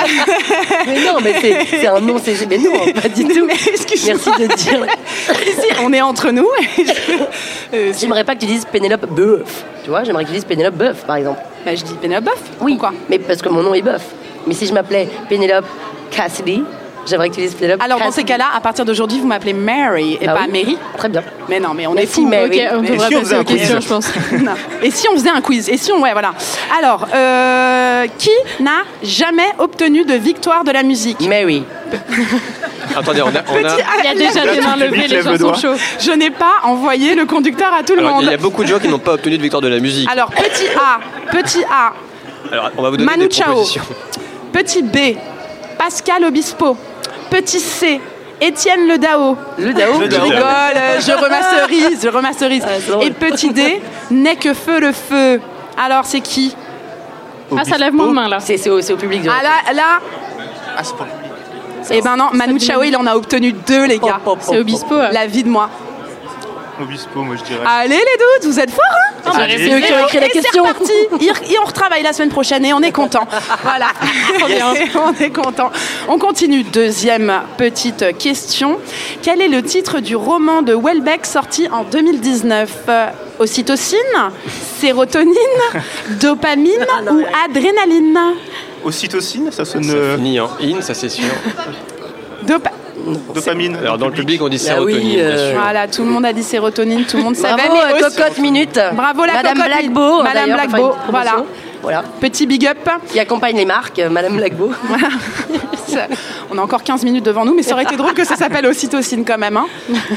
Speaker 2: Mais non, mais c'est c'est un nom, c'est. Mais non, hein, pas du tout.
Speaker 1: Mais excuse-moi.
Speaker 2: Merci de dire.
Speaker 1: Si, on est entre nous. Euh, si-
Speaker 2: J'aimerais pas que tu dises Pénélope Boeuf. Tu vois, j'aimerais que tu dises Pénélope Boeuf, par exemple.
Speaker 1: bah, je dis Pénélope Boeuf. Pourquoi
Speaker 2: mais parce que mon nom est Boeuf. Mais si je m'appelais Pénélope Cassidy, j'aimerais que tu dises Pénélope
Speaker 1: Alors dans ces
Speaker 2: Cassidy.
Speaker 1: cas-là, à partir d'aujourd'hui, vous m'appelez Mary et
Speaker 2: Bah
Speaker 1: pas
Speaker 2: oui.
Speaker 1: Mary.
Speaker 2: Très bien.
Speaker 1: Mais non, mais on est
Speaker 2: Merci,
Speaker 1: fou.
Speaker 2: Mary.
Speaker 5: Ok, on
Speaker 1: Mais-
Speaker 5: devrait
Speaker 4: si on faisait
Speaker 5: passer
Speaker 4: un
Speaker 5: aux
Speaker 4: quiz
Speaker 5: questions, je pense.
Speaker 1: Non. Et si on faisait un quiz Et si on, ouais, voilà. Alors, euh, qui n'a jamais obtenu de victoire de la musique
Speaker 2: Mary.
Speaker 3: Attendez, on a. on a-
Speaker 5: Il y a déjà des mains
Speaker 4: public
Speaker 5: levées, les
Speaker 4: lève
Speaker 5: gens
Speaker 4: le
Speaker 5: sont
Speaker 4: doigt.
Speaker 5: chauds.
Speaker 1: Je n'ai pas envoyé le conducteur à tout le
Speaker 3: alors, il y a
Speaker 1: monde.
Speaker 3: beaucoup de gens qui n'ont pas obtenu de victoire de la musique.
Speaker 1: Alors, petit A, petit A,
Speaker 3: Alors, on va vous donner
Speaker 1: Manu
Speaker 3: des
Speaker 1: Chao.
Speaker 3: propositions.
Speaker 1: petit B, Pascal Obispo, petit C, Étienne Le Dao. Oh,
Speaker 2: Le Dao.
Speaker 1: Je
Speaker 3: Dao.
Speaker 1: rigole, euh, je remasterise, je remasterise.
Speaker 2: Ah, c'est drôle.
Speaker 1: Et petit D, n'est que feu le feu. Alors, c'est qui
Speaker 5: Ah, ça lève moins de main, là.
Speaker 2: C'est c'est au, c'est au public.
Speaker 1: Ah là, là,
Speaker 4: Ah, c'est pour le public.
Speaker 1: eh ben non, Manu Chao, il en a obtenu deux, les gars. euh,
Speaker 5: C'est Obispo. hein.
Speaker 1: La vie de moi.
Speaker 4: Obispo, moi je dirais.
Speaker 1: Allez les doutes, vous êtes forts hein
Speaker 5: Ah, mais
Speaker 4: Allez.
Speaker 5: restez-
Speaker 2: C'est eux qui ont écrit la
Speaker 1: Et
Speaker 2: question.
Speaker 1: C'est reparti Et on retravaille la semaine prochaine et on est content. Voilà. on est content. On continue. Deuxième petite question. Quel est le titre du roman de Welbeck sorti en 2019 Euh, Ocytocine, sérotonine, dopamine
Speaker 2: Ah,
Speaker 1: ou adrénaline
Speaker 4: Ocytocine, ça sonne
Speaker 3: Ça
Speaker 4: euh,
Speaker 3: finit en hein. in, ça c'est sûr.
Speaker 1: Dopa-
Speaker 4: dopamine.
Speaker 3: Alors, dans le public, on dit
Speaker 2: Ah oui,
Speaker 3: sérotonine, bien
Speaker 2: euh,
Speaker 3: sûr.
Speaker 1: Voilà, tout le monde a dit sérotonine, tout le monde savait.
Speaker 2: Bravo,
Speaker 1: mais
Speaker 2: euh,
Speaker 1: aussi-
Speaker 2: Cocotte Minute.
Speaker 1: Bravo, la Cocotte
Speaker 2: Madame
Speaker 1: Minute.
Speaker 2: Blackbeau.
Speaker 1: Madame
Speaker 2: d'ailleurs, pour faire une
Speaker 1: Blackbeau,
Speaker 2: petite
Speaker 1: voilà.
Speaker 2: promotion. Voilà.
Speaker 1: Petit big up.
Speaker 2: Qui accompagne les marques, euh, Madame Blackbeau.
Speaker 1: Voilà. Ça- On a encore 15 minutes devant nous, mais ça aurait été drôle que ça s'appelle ocytocine quand même. hein.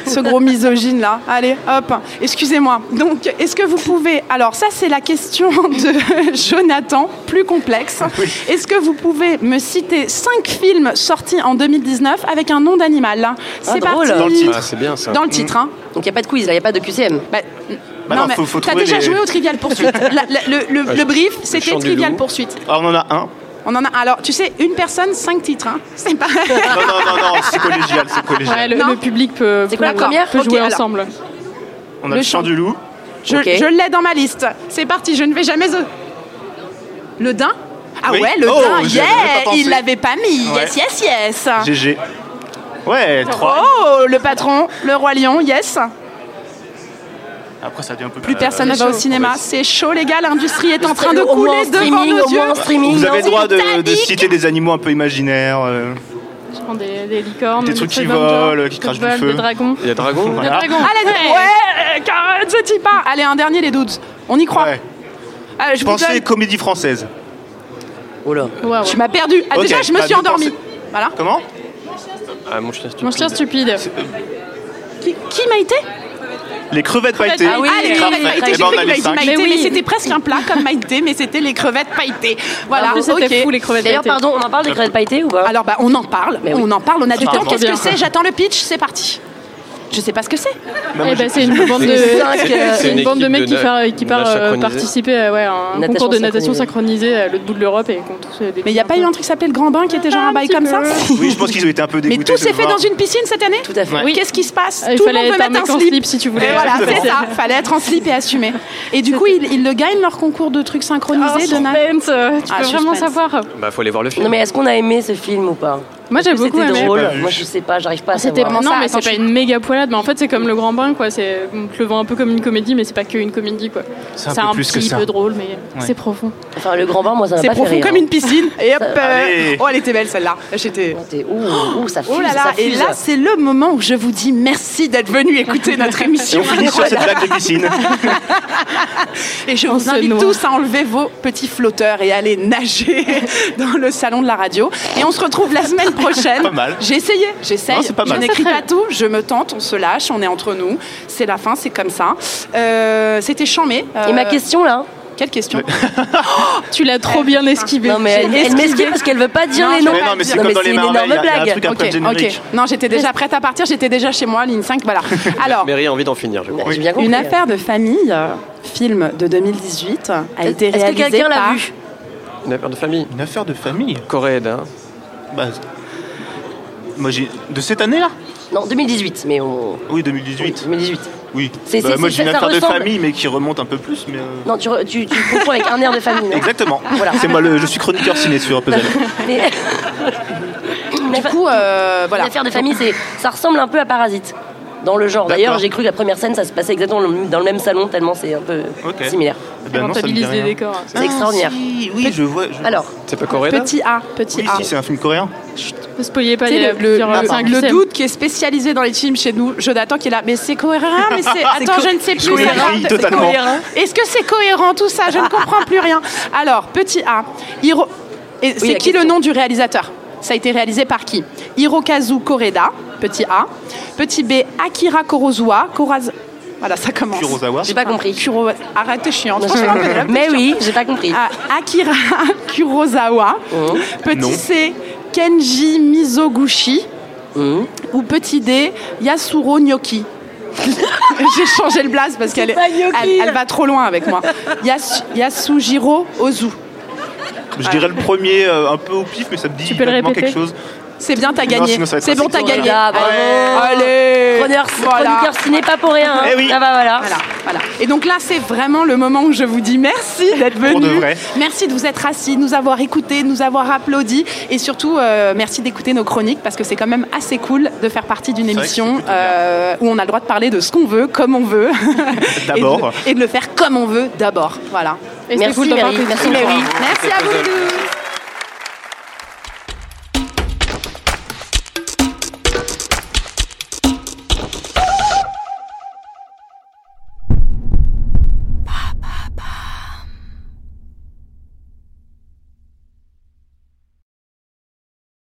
Speaker 1: Ce gros misogyne là. Allez, hop, excusez-moi. Donc, est-ce que vous pouvez. Alors, ça, c'est la question de Jonathan, plus complexe.
Speaker 4: Ah
Speaker 1: Est-ce que vous pouvez me citer 5 films sortis en 2019 avec un nom d'animal C'est
Speaker 2: Ah, drôle.
Speaker 1: parti.
Speaker 2: Dans
Speaker 4: le titre.
Speaker 3: Ah, c'est bien ça.
Speaker 1: Dans le titre, hein.
Speaker 2: Donc il n'y a pas de quiz, là, il n'y a pas de QCM.
Speaker 1: Bah,
Speaker 4: Bah non, faut- faut
Speaker 1: t'as
Speaker 4: trouver
Speaker 1: déjà
Speaker 4: les-
Speaker 1: joué au Trivial Poursuite. La- la- le, le-
Speaker 3: Ah,
Speaker 1: le brief,
Speaker 3: le
Speaker 1: c'était
Speaker 3: chant du
Speaker 1: Trivial
Speaker 3: loup.
Speaker 1: Poursuite.
Speaker 4: Ah, on en a un.
Speaker 1: On en a. Alors, tu sais, une personne, 5 titres. hein. C'est pas.
Speaker 4: Non, non, non, non, c'est collégial, c'est
Speaker 5: Ouais,
Speaker 4: collégial.
Speaker 5: le,
Speaker 1: Non.
Speaker 5: le public peut,
Speaker 2: C'est
Speaker 5: peut,
Speaker 2: quoi la première
Speaker 5: peut
Speaker 1: Ok,
Speaker 5: jouer
Speaker 1: alors.
Speaker 5: ensemble.
Speaker 4: On
Speaker 1: le
Speaker 4: a le chant
Speaker 1: chant.
Speaker 4: du loup.
Speaker 1: Je,
Speaker 2: Ok.
Speaker 1: je l'ai dans ma liste. C'est parti, je ne vais jamais. au- Le daim Ah
Speaker 4: Oui.
Speaker 1: ouais, le
Speaker 4: Oh,
Speaker 1: daim,
Speaker 4: j'y
Speaker 1: yeah
Speaker 4: avais pas pensé.
Speaker 1: Il l'avait pas mis,
Speaker 4: Ouais.
Speaker 1: yes, yes, yes
Speaker 4: GG. Ouais,
Speaker 1: Ah.
Speaker 4: 3.
Speaker 1: Oh, le patron, le roi lion, yes
Speaker 4: Après, ça devient un peu
Speaker 1: Plus personne ne
Speaker 5: c'est
Speaker 1: va au
Speaker 5: chaud.
Speaker 1: cinéma,
Speaker 4: Euh, Ouais,
Speaker 1: c'est chaud les gars, l'industrie est en train de
Speaker 2: Au moins en
Speaker 1: couler devant
Speaker 2: streaming,
Speaker 1: nos
Speaker 2: au moins
Speaker 1: yeux
Speaker 2: en streaming.
Speaker 4: Vous
Speaker 2: non
Speaker 4: avez le droit de, de
Speaker 1: Titanic.
Speaker 4: citer des animaux un peu imaginaires. euh,
Speaker 5: Je prends des, des licornes,
Speaker 4: Des trucs qui
Speaker 5: salamandres,
Speaker 4: volent, qui
Speaker 5: des
Speaker 4: crachent du
Speaker 5: volent,
Speaker 4: feu.
Speaker 5: Des dragons.
Speaker 3: Il y a Dragon
Speaker 5: Des
Speaker 4: Voilà.
Speaker 5: dragons.
Speaker 1: Allez, ouais, euh, carotte, je dis pas Allez, un dernier les doutes, on y croit
Speaker 4: Ouais.
Speaker 1: Allez, je vous
Speaker 4: Pensez
Speaker 1: donne...
Speaker 4: comédie française.
Speaker 2: Oh là.
Speaker 5: Waouh.
Speaker 1: Tu m'as perdu Ah,
Speaker 4: Ok,
Speaker 1: Déjà, je me
Speaker 4: bah,
Speaker 1: suis
Speaker 4: du coup,
Speaker 1: endormie Voilà.
Speaker 4: Comment
Speaker 3: Ah, mon chien stupide.
Speaker 5: Mon chien stupide.
Speaker 1: Qui, qui m'a été
Speaker 4: Les crevettes pailletées.
Speaker 5: Ah oui,
Speaker 1: ah, les
Speaker 5: oui,
Speaker 1: crevettes
Speaker 5: oui,
Speaker 1: pailletées,
Speaker 5: oui.
Speaker 1: j'ai
Speaker 4: Eh ben,
Speaker 1: cru
Speaker 4: on a
Speaker 1: que
Speaker 4: les
Speaker 1: t'avais dit
Speaker 4: cinq.
Speaker 1: maïté,
Speaker 5: Mais
Speaker 1: mais,
Speaker 5: oui.
Speaker 1: c'était presque un plat comme maïté, mais c'était les crevettes pailletées.
Speaker 5: En
Speaker 1: Voilà,
Speaker 5: plus, c'était
Speaker 1: ok.
Speaker 5: fou, les crevettes.
Speaker 2: D'ailleurs, pardon, on en parle des crevettes pailletées ou pas
Speaker 1: Alors bah, on en parle,
Speaker 2: Mais oui.
Speaker 1: on en parle, on a du
Speaker 5: Ça
Speaker 1: temps.
Speaker 5: marche
Speaker 1: Qu'est-ce que
Speaker 5: bien.
Speaker 1: c'est J'attends le pitch, c'est parti. Je sais pas ce que c'est.
Speaker 4: Bah, moi,
Speaker 5: Eh ben,
Speaker 4: j'ai-
Speaker 5: c'est une bande de,
Speaker 2: C'est cinq, euh,
Speaker 5: c'est une
Speaker 3: une
Speaker 5: bande de
Speaker 3: équipe
Speaker 5: mecs
Speaker 3: de
Speaker 5: qui
Speaker 3: na-
Speaker 5: part, qui part,
Speaker 3: nage
Speaker 5: euh,
Speaker 3: synchronisée.
Speaker 5: participer à ouais, à un
Speaker 2: Natation
Speaker 5: concours de natation synchronisée à l'autre bout de l'europe et qu'on tous. euh,
Speaker 1: Mais il n'y a pas eu un truc qui s'appelait le Grand Bain qui était genre un bail comme ça
Speaker 4: Oui, je pense qu'ils ont été un peu
Speaker 1: Mais
Speaker 4: dégoûtés.
Speaker 1: tout
Speaker 4: de
Speaker 1: s'est fait
Speaker 4: voir.
Speaker 1: dans une piscine cette année Tout
Speaker 2: à fait.
Speaker 1: Oui. Qu'est-ce qui se passe
Speaker 5: Ah, Il
Speaker 1: Tout le
Speaker 5: fallait
Speaker 1: monde
Speaker 5: être
Speaker 1: peut
Speaker 5: un
Speaker 1: mettre
Speaker 5: mec en
Speaker 1: un
Speaker 5: slip
Speaker 1: slip.
Speaker 5: si tu
Speaker 1: Et
Speaker 5: voulais.
Speaker 1: voilà, c'est ça, fallait être en slip et assumer. Et du coup, ils, ils le gagnent leur concours de trucs synchronisés de nage.
Speaker 5: Ah, suspense, euh, tu
Speaker 1: Ah,
Speaker 5: peux vraiment
Speaker 1: suspense. Ah,
Speaker 5: savoir.
Speaker 3: Bah, faut aller voir le film.
Speaker 2: Non mais est-ce qu'on a aimé ce film ou pas
Speaker 5: Moi j'ai
Speaker 2: Est-ce que
Speaker 5: beaucoup
Speaker 2: C'était
Speaker 5: aimé.
Speaker 4: J'ai pas
Speaker 2: drôle.
Speaker 4: vu.
Speaker 2: Moi je sais pas, j'arrive pas à
Speaker 5: C'était
Speaker 1: vraiment
Speaker 2: savoir.
Speaker 5: non
Speaker 1: ça,
Speaker 5: mais
Speaker 1: attends,
Speaker 5: c'est pas
Speaker 1: je-
Speaker 5: une méga poilade mais en fait c'est comme le grand bain quoi c'est on te le vend un peu comme une comédie mais c'est pas qu'une comédie quoi
Speaker 4: C'est un peu plus que
Speaker 5: petit
Speaker 4: ça.
Speaker 5: peu drôle mais c'est profond
Speaker 2: Enfin le grand bain, moi ça m'a
Speaker 1: C'est
Speaker 2: pas fait
Speaker 1: profond
Speaker 2: rire.
Speaker 1: comme
Speaker 5: hein.
Speaker 1: une piscine. Et hop, euh,
Speaker 4: Allez.
Speaker 1: oh, elle était belle celle-là. J'étais.
Speaker 2: T'es- Ouh, ouh, ça fuse,
Speaker 1: Oh là
Speaker 2: ça
Speaker 1: là, et
Speaker 2: fuse.
Speaker 1: là, c'est le moment où je vous dis merci d'être venu écouter notre
Speaker 4: Et
Speaker 1: émission.
Speaker 4: on finit sur cette blague de piscine.
Speaker 1: Et je
Speaker 5: On
Speaker 1: vous
Speaker 5: se
Speaker 1: invite
Speaker 5: noie.
Speaker 1: tous à enlever vos petits flotteurs et à aller nager dans le salon de la radio. Et on se retrouve la semaine prochaine.
Speaker 4: Pas mal.
Speaker 1: J'ai essayé, j'essaye.
Speaker 4: Non, c'est pas
Speaker 1: Je
Speaker 4: mal.
Speaker 1: n'écris pas tout, je me tente, on se lâche, on est entre nous. C'est la fin, c'est comme ça. Euh, C'était Chamé.
Speaker 2: Et ma question là
Speaker 1: Quelle question Oh,
Speaker 5: tu l'as trop bien esquivé
Speaker 2: Non mais elle,
Speaker 1: J'ai
Speaker 2: elle
Speaker 1: esquivé.
Speaker 2: m'esquive parce qu'elle veut pas dire
Speaker 1: Non,
Speaker 2: les
Speaker 1: je
Speaker 2: noms.
Speaker 1: vais pas dire.
Speaker 4: Non, mais c'est
Speaker 2: une
Speaker 4: une
Speaker 2: énorme
Speaker 4: énorme
Speaker 2: blague.
Speaker 4: truc après
Speaker 1: Ok,
Speaker 4: le générique.
Speaker 1: ok. Non, j'étais déjà prête à partir, j'étais déjà chez moi, ligne 5, voilà. Alors,
Speaker 3: Mary a envie d'en finir, je crois.
Speaker 2: Bah, j'ai bien compris.
Speaker 1: Une affaire de famille, euh, film de 2018, a été
Speaker 2: Est-ce que
Speaker 1: réalisé
Speaker 2: quelqu'un l'a
Speaker 1: par...
Speaker 2: vu
Speaker 3: Une affaire de famille.
Speaker 4: Une affaire de famille.
Speaker 3: Coréenne, hein.
Speaker 4: Bah, moi j'ai de cette année-là
Speaker 2: Non, 2018, mais on...
Speaker 4: Oui, 2018.
Speaker 2: 2018.
Speaker 4: Oui.
Speaker 2: C'est-
Speaker 4: Bah,
Speaker 2: c'est-
Speaker 4: moi
Speaker 2: c'est-
Speaker 4: j'ai une
Speaker 2: ça
Speaker 4: affaire de
Speaker 2: ressemble.
Speaker 4: famille mais qui remonte un peu plus mais euh,
Speaker 2: Non, tu, re- tu, tu confonds avec un air de famille. non
Speaker 4: Exactement.
Speaker 2: Voilà.
Speaker 4: C'est moi le je suis chroniqueur ciné sur Puzzle.
Speaker 5: Ah,
Speaker 2: Mais- Une
Speaker 1: Du
Speaker 2: affaire-
Speaker 1: coup, euh,
Speaker 2: une
Speaker 1: voilà.
Speaker 2: affaire de famille, c'est ça ressemble un peu à Parasite. Dans le genre. D'ailleurs,
Speaker 4: D'accord.
Speaker 2: j'ai cru que la première scène, ça se passait exactement dans le- dans le même salon, tellement c'est un peu
Speaker 4: Ok.
Speaker 2: similaire.
Speaker 4: Eh
Speaker 5: elle
Speaker 4: ben non, ça me dit
Speaker 5: rentabilise les
Speaker 4: rien. Ah,
Speaker 5: décors
Speaker 2: C'est extraordinaire.
Speaker 4: Si, oui, je vois. je-
Speaker 2: Alors, ah.
Speaker 3: C'est pas hein coréenne
Speaker 1: Petit A, petit
Speaker 4: oui,
Speaker 1: A.
Speaker 4: si c'est un film coréen.
Speaker 5: ne spoilez pas
Speaker 1: Tu
Speaker 5: il y
Speaker 1: sais,
Speaker 5: a
Speaker 1: le, le-
Speaker 5: plusieurs, euh,
Speaker 1: le-
Speaker 5: cinq
Speaker 1: le
Speaker 5: systèmes.
Speaker 1: doute qui est spécialisé dans les films chez nous, Jonathan qui est là, mais c'est cohérent, mais c'est. Attends, je ne sais plus.
Speaker 4: Je les
Speaker 1: c'est
Speaker 4: grille
Speaker 1: rare,
Speaker 4: totalement.
Speaker 1: c'est cohérent. Est-ce que c'est cohérent tout ça Je ne comprends plus rien. Alors, petit A, Hiro- et c'est
Speaker 2: la
Speaker 1: qui le
Speaker 2: question.
Speaker 1: nom du réalisateur Ça a été réalisé par qui Hirokazu Koreda, petit A. Petit B, Akira Kurosawa. Koraz... Voilà, ça commence.
Speaker 4: Kurosawa.
Speaker 2: j'ai pas compris.
Speaker 1: Kuro... Arrête, t'es chiante.
Speaker 2: Mais oui, j'ai pas compris.
Speaker 1: Ah, Akira Kurosawa,
Speaker 2: Oh.
Speaker 1: petit
Speaker 4: Non.
Speaker 1: C Kenji Mizoguchi
Speaker 2: Mhm.
Speaker 1: ou petit D Yasuro Gnocchi. J'ai changé le blaze parce qu'elle est-
Speaker 2: pas Gnocchi.
Speaker 1: elle, elle va trop loin avec moi. Yasu- Yasujiro Ozu.
Speaker 4: Je dirais le premier euh, un peu au pif mais ça me dit
Speaker 5: Ah. peux le
Speaker 4: vaguement
Speaker 5: répéter
Speaker 4: quelque chose.
Speaker 1: C'est bien, t'as
Speaker 4: Non,
Speaker 1: gagné.
Speaker 4: sinon ça va être
Speaker 1: C'est bon,
Speaker 4: facile.
Speaker 1: t'as gagné.
Speaker 2: Ah, bravo.
Speaker 1: Allez.
Speaker 2: Chroniqueur,
Speaker 1: Voilà.
Speaker 2: chroniqueur ciné pas pour rien. hein.
Speaker 4: Eh oui.
Speaker 2: Ah bah voilà.
Speaker 1: Voilà, voilà. Et donc là, c'est vraiment le moment où je vous dis merci d'être venu.
Speaker 4: Pour de vrai.
Speaker 1: Merci de vous être assis, de nous avoir écoutés, de nous avoir applaudis. Et surtout, euh, merci d'écouter nos chroniques parce que c'est quand même assez cool de faire partie d'une
Speaker 4: vrai que c'est
Speaker 1: émission
Speaker 4: plutôt bien.
Speaker 1: euh, où on a le droit de parler de ce qu'on veut, comme on veut.
Speaker 4: D'abord.
Speaker 1: Et de le- Et, de le faire comme on veut d'abord. Voilà.
Speaker 5: Et c'est
Speaker 2: Merci,
Speaker 5: cool d'en
Speaker 2: Mary.
Speaker 5: parler.
Speaker 2: Merci, Mary.
Speaker 1: Merci à vous.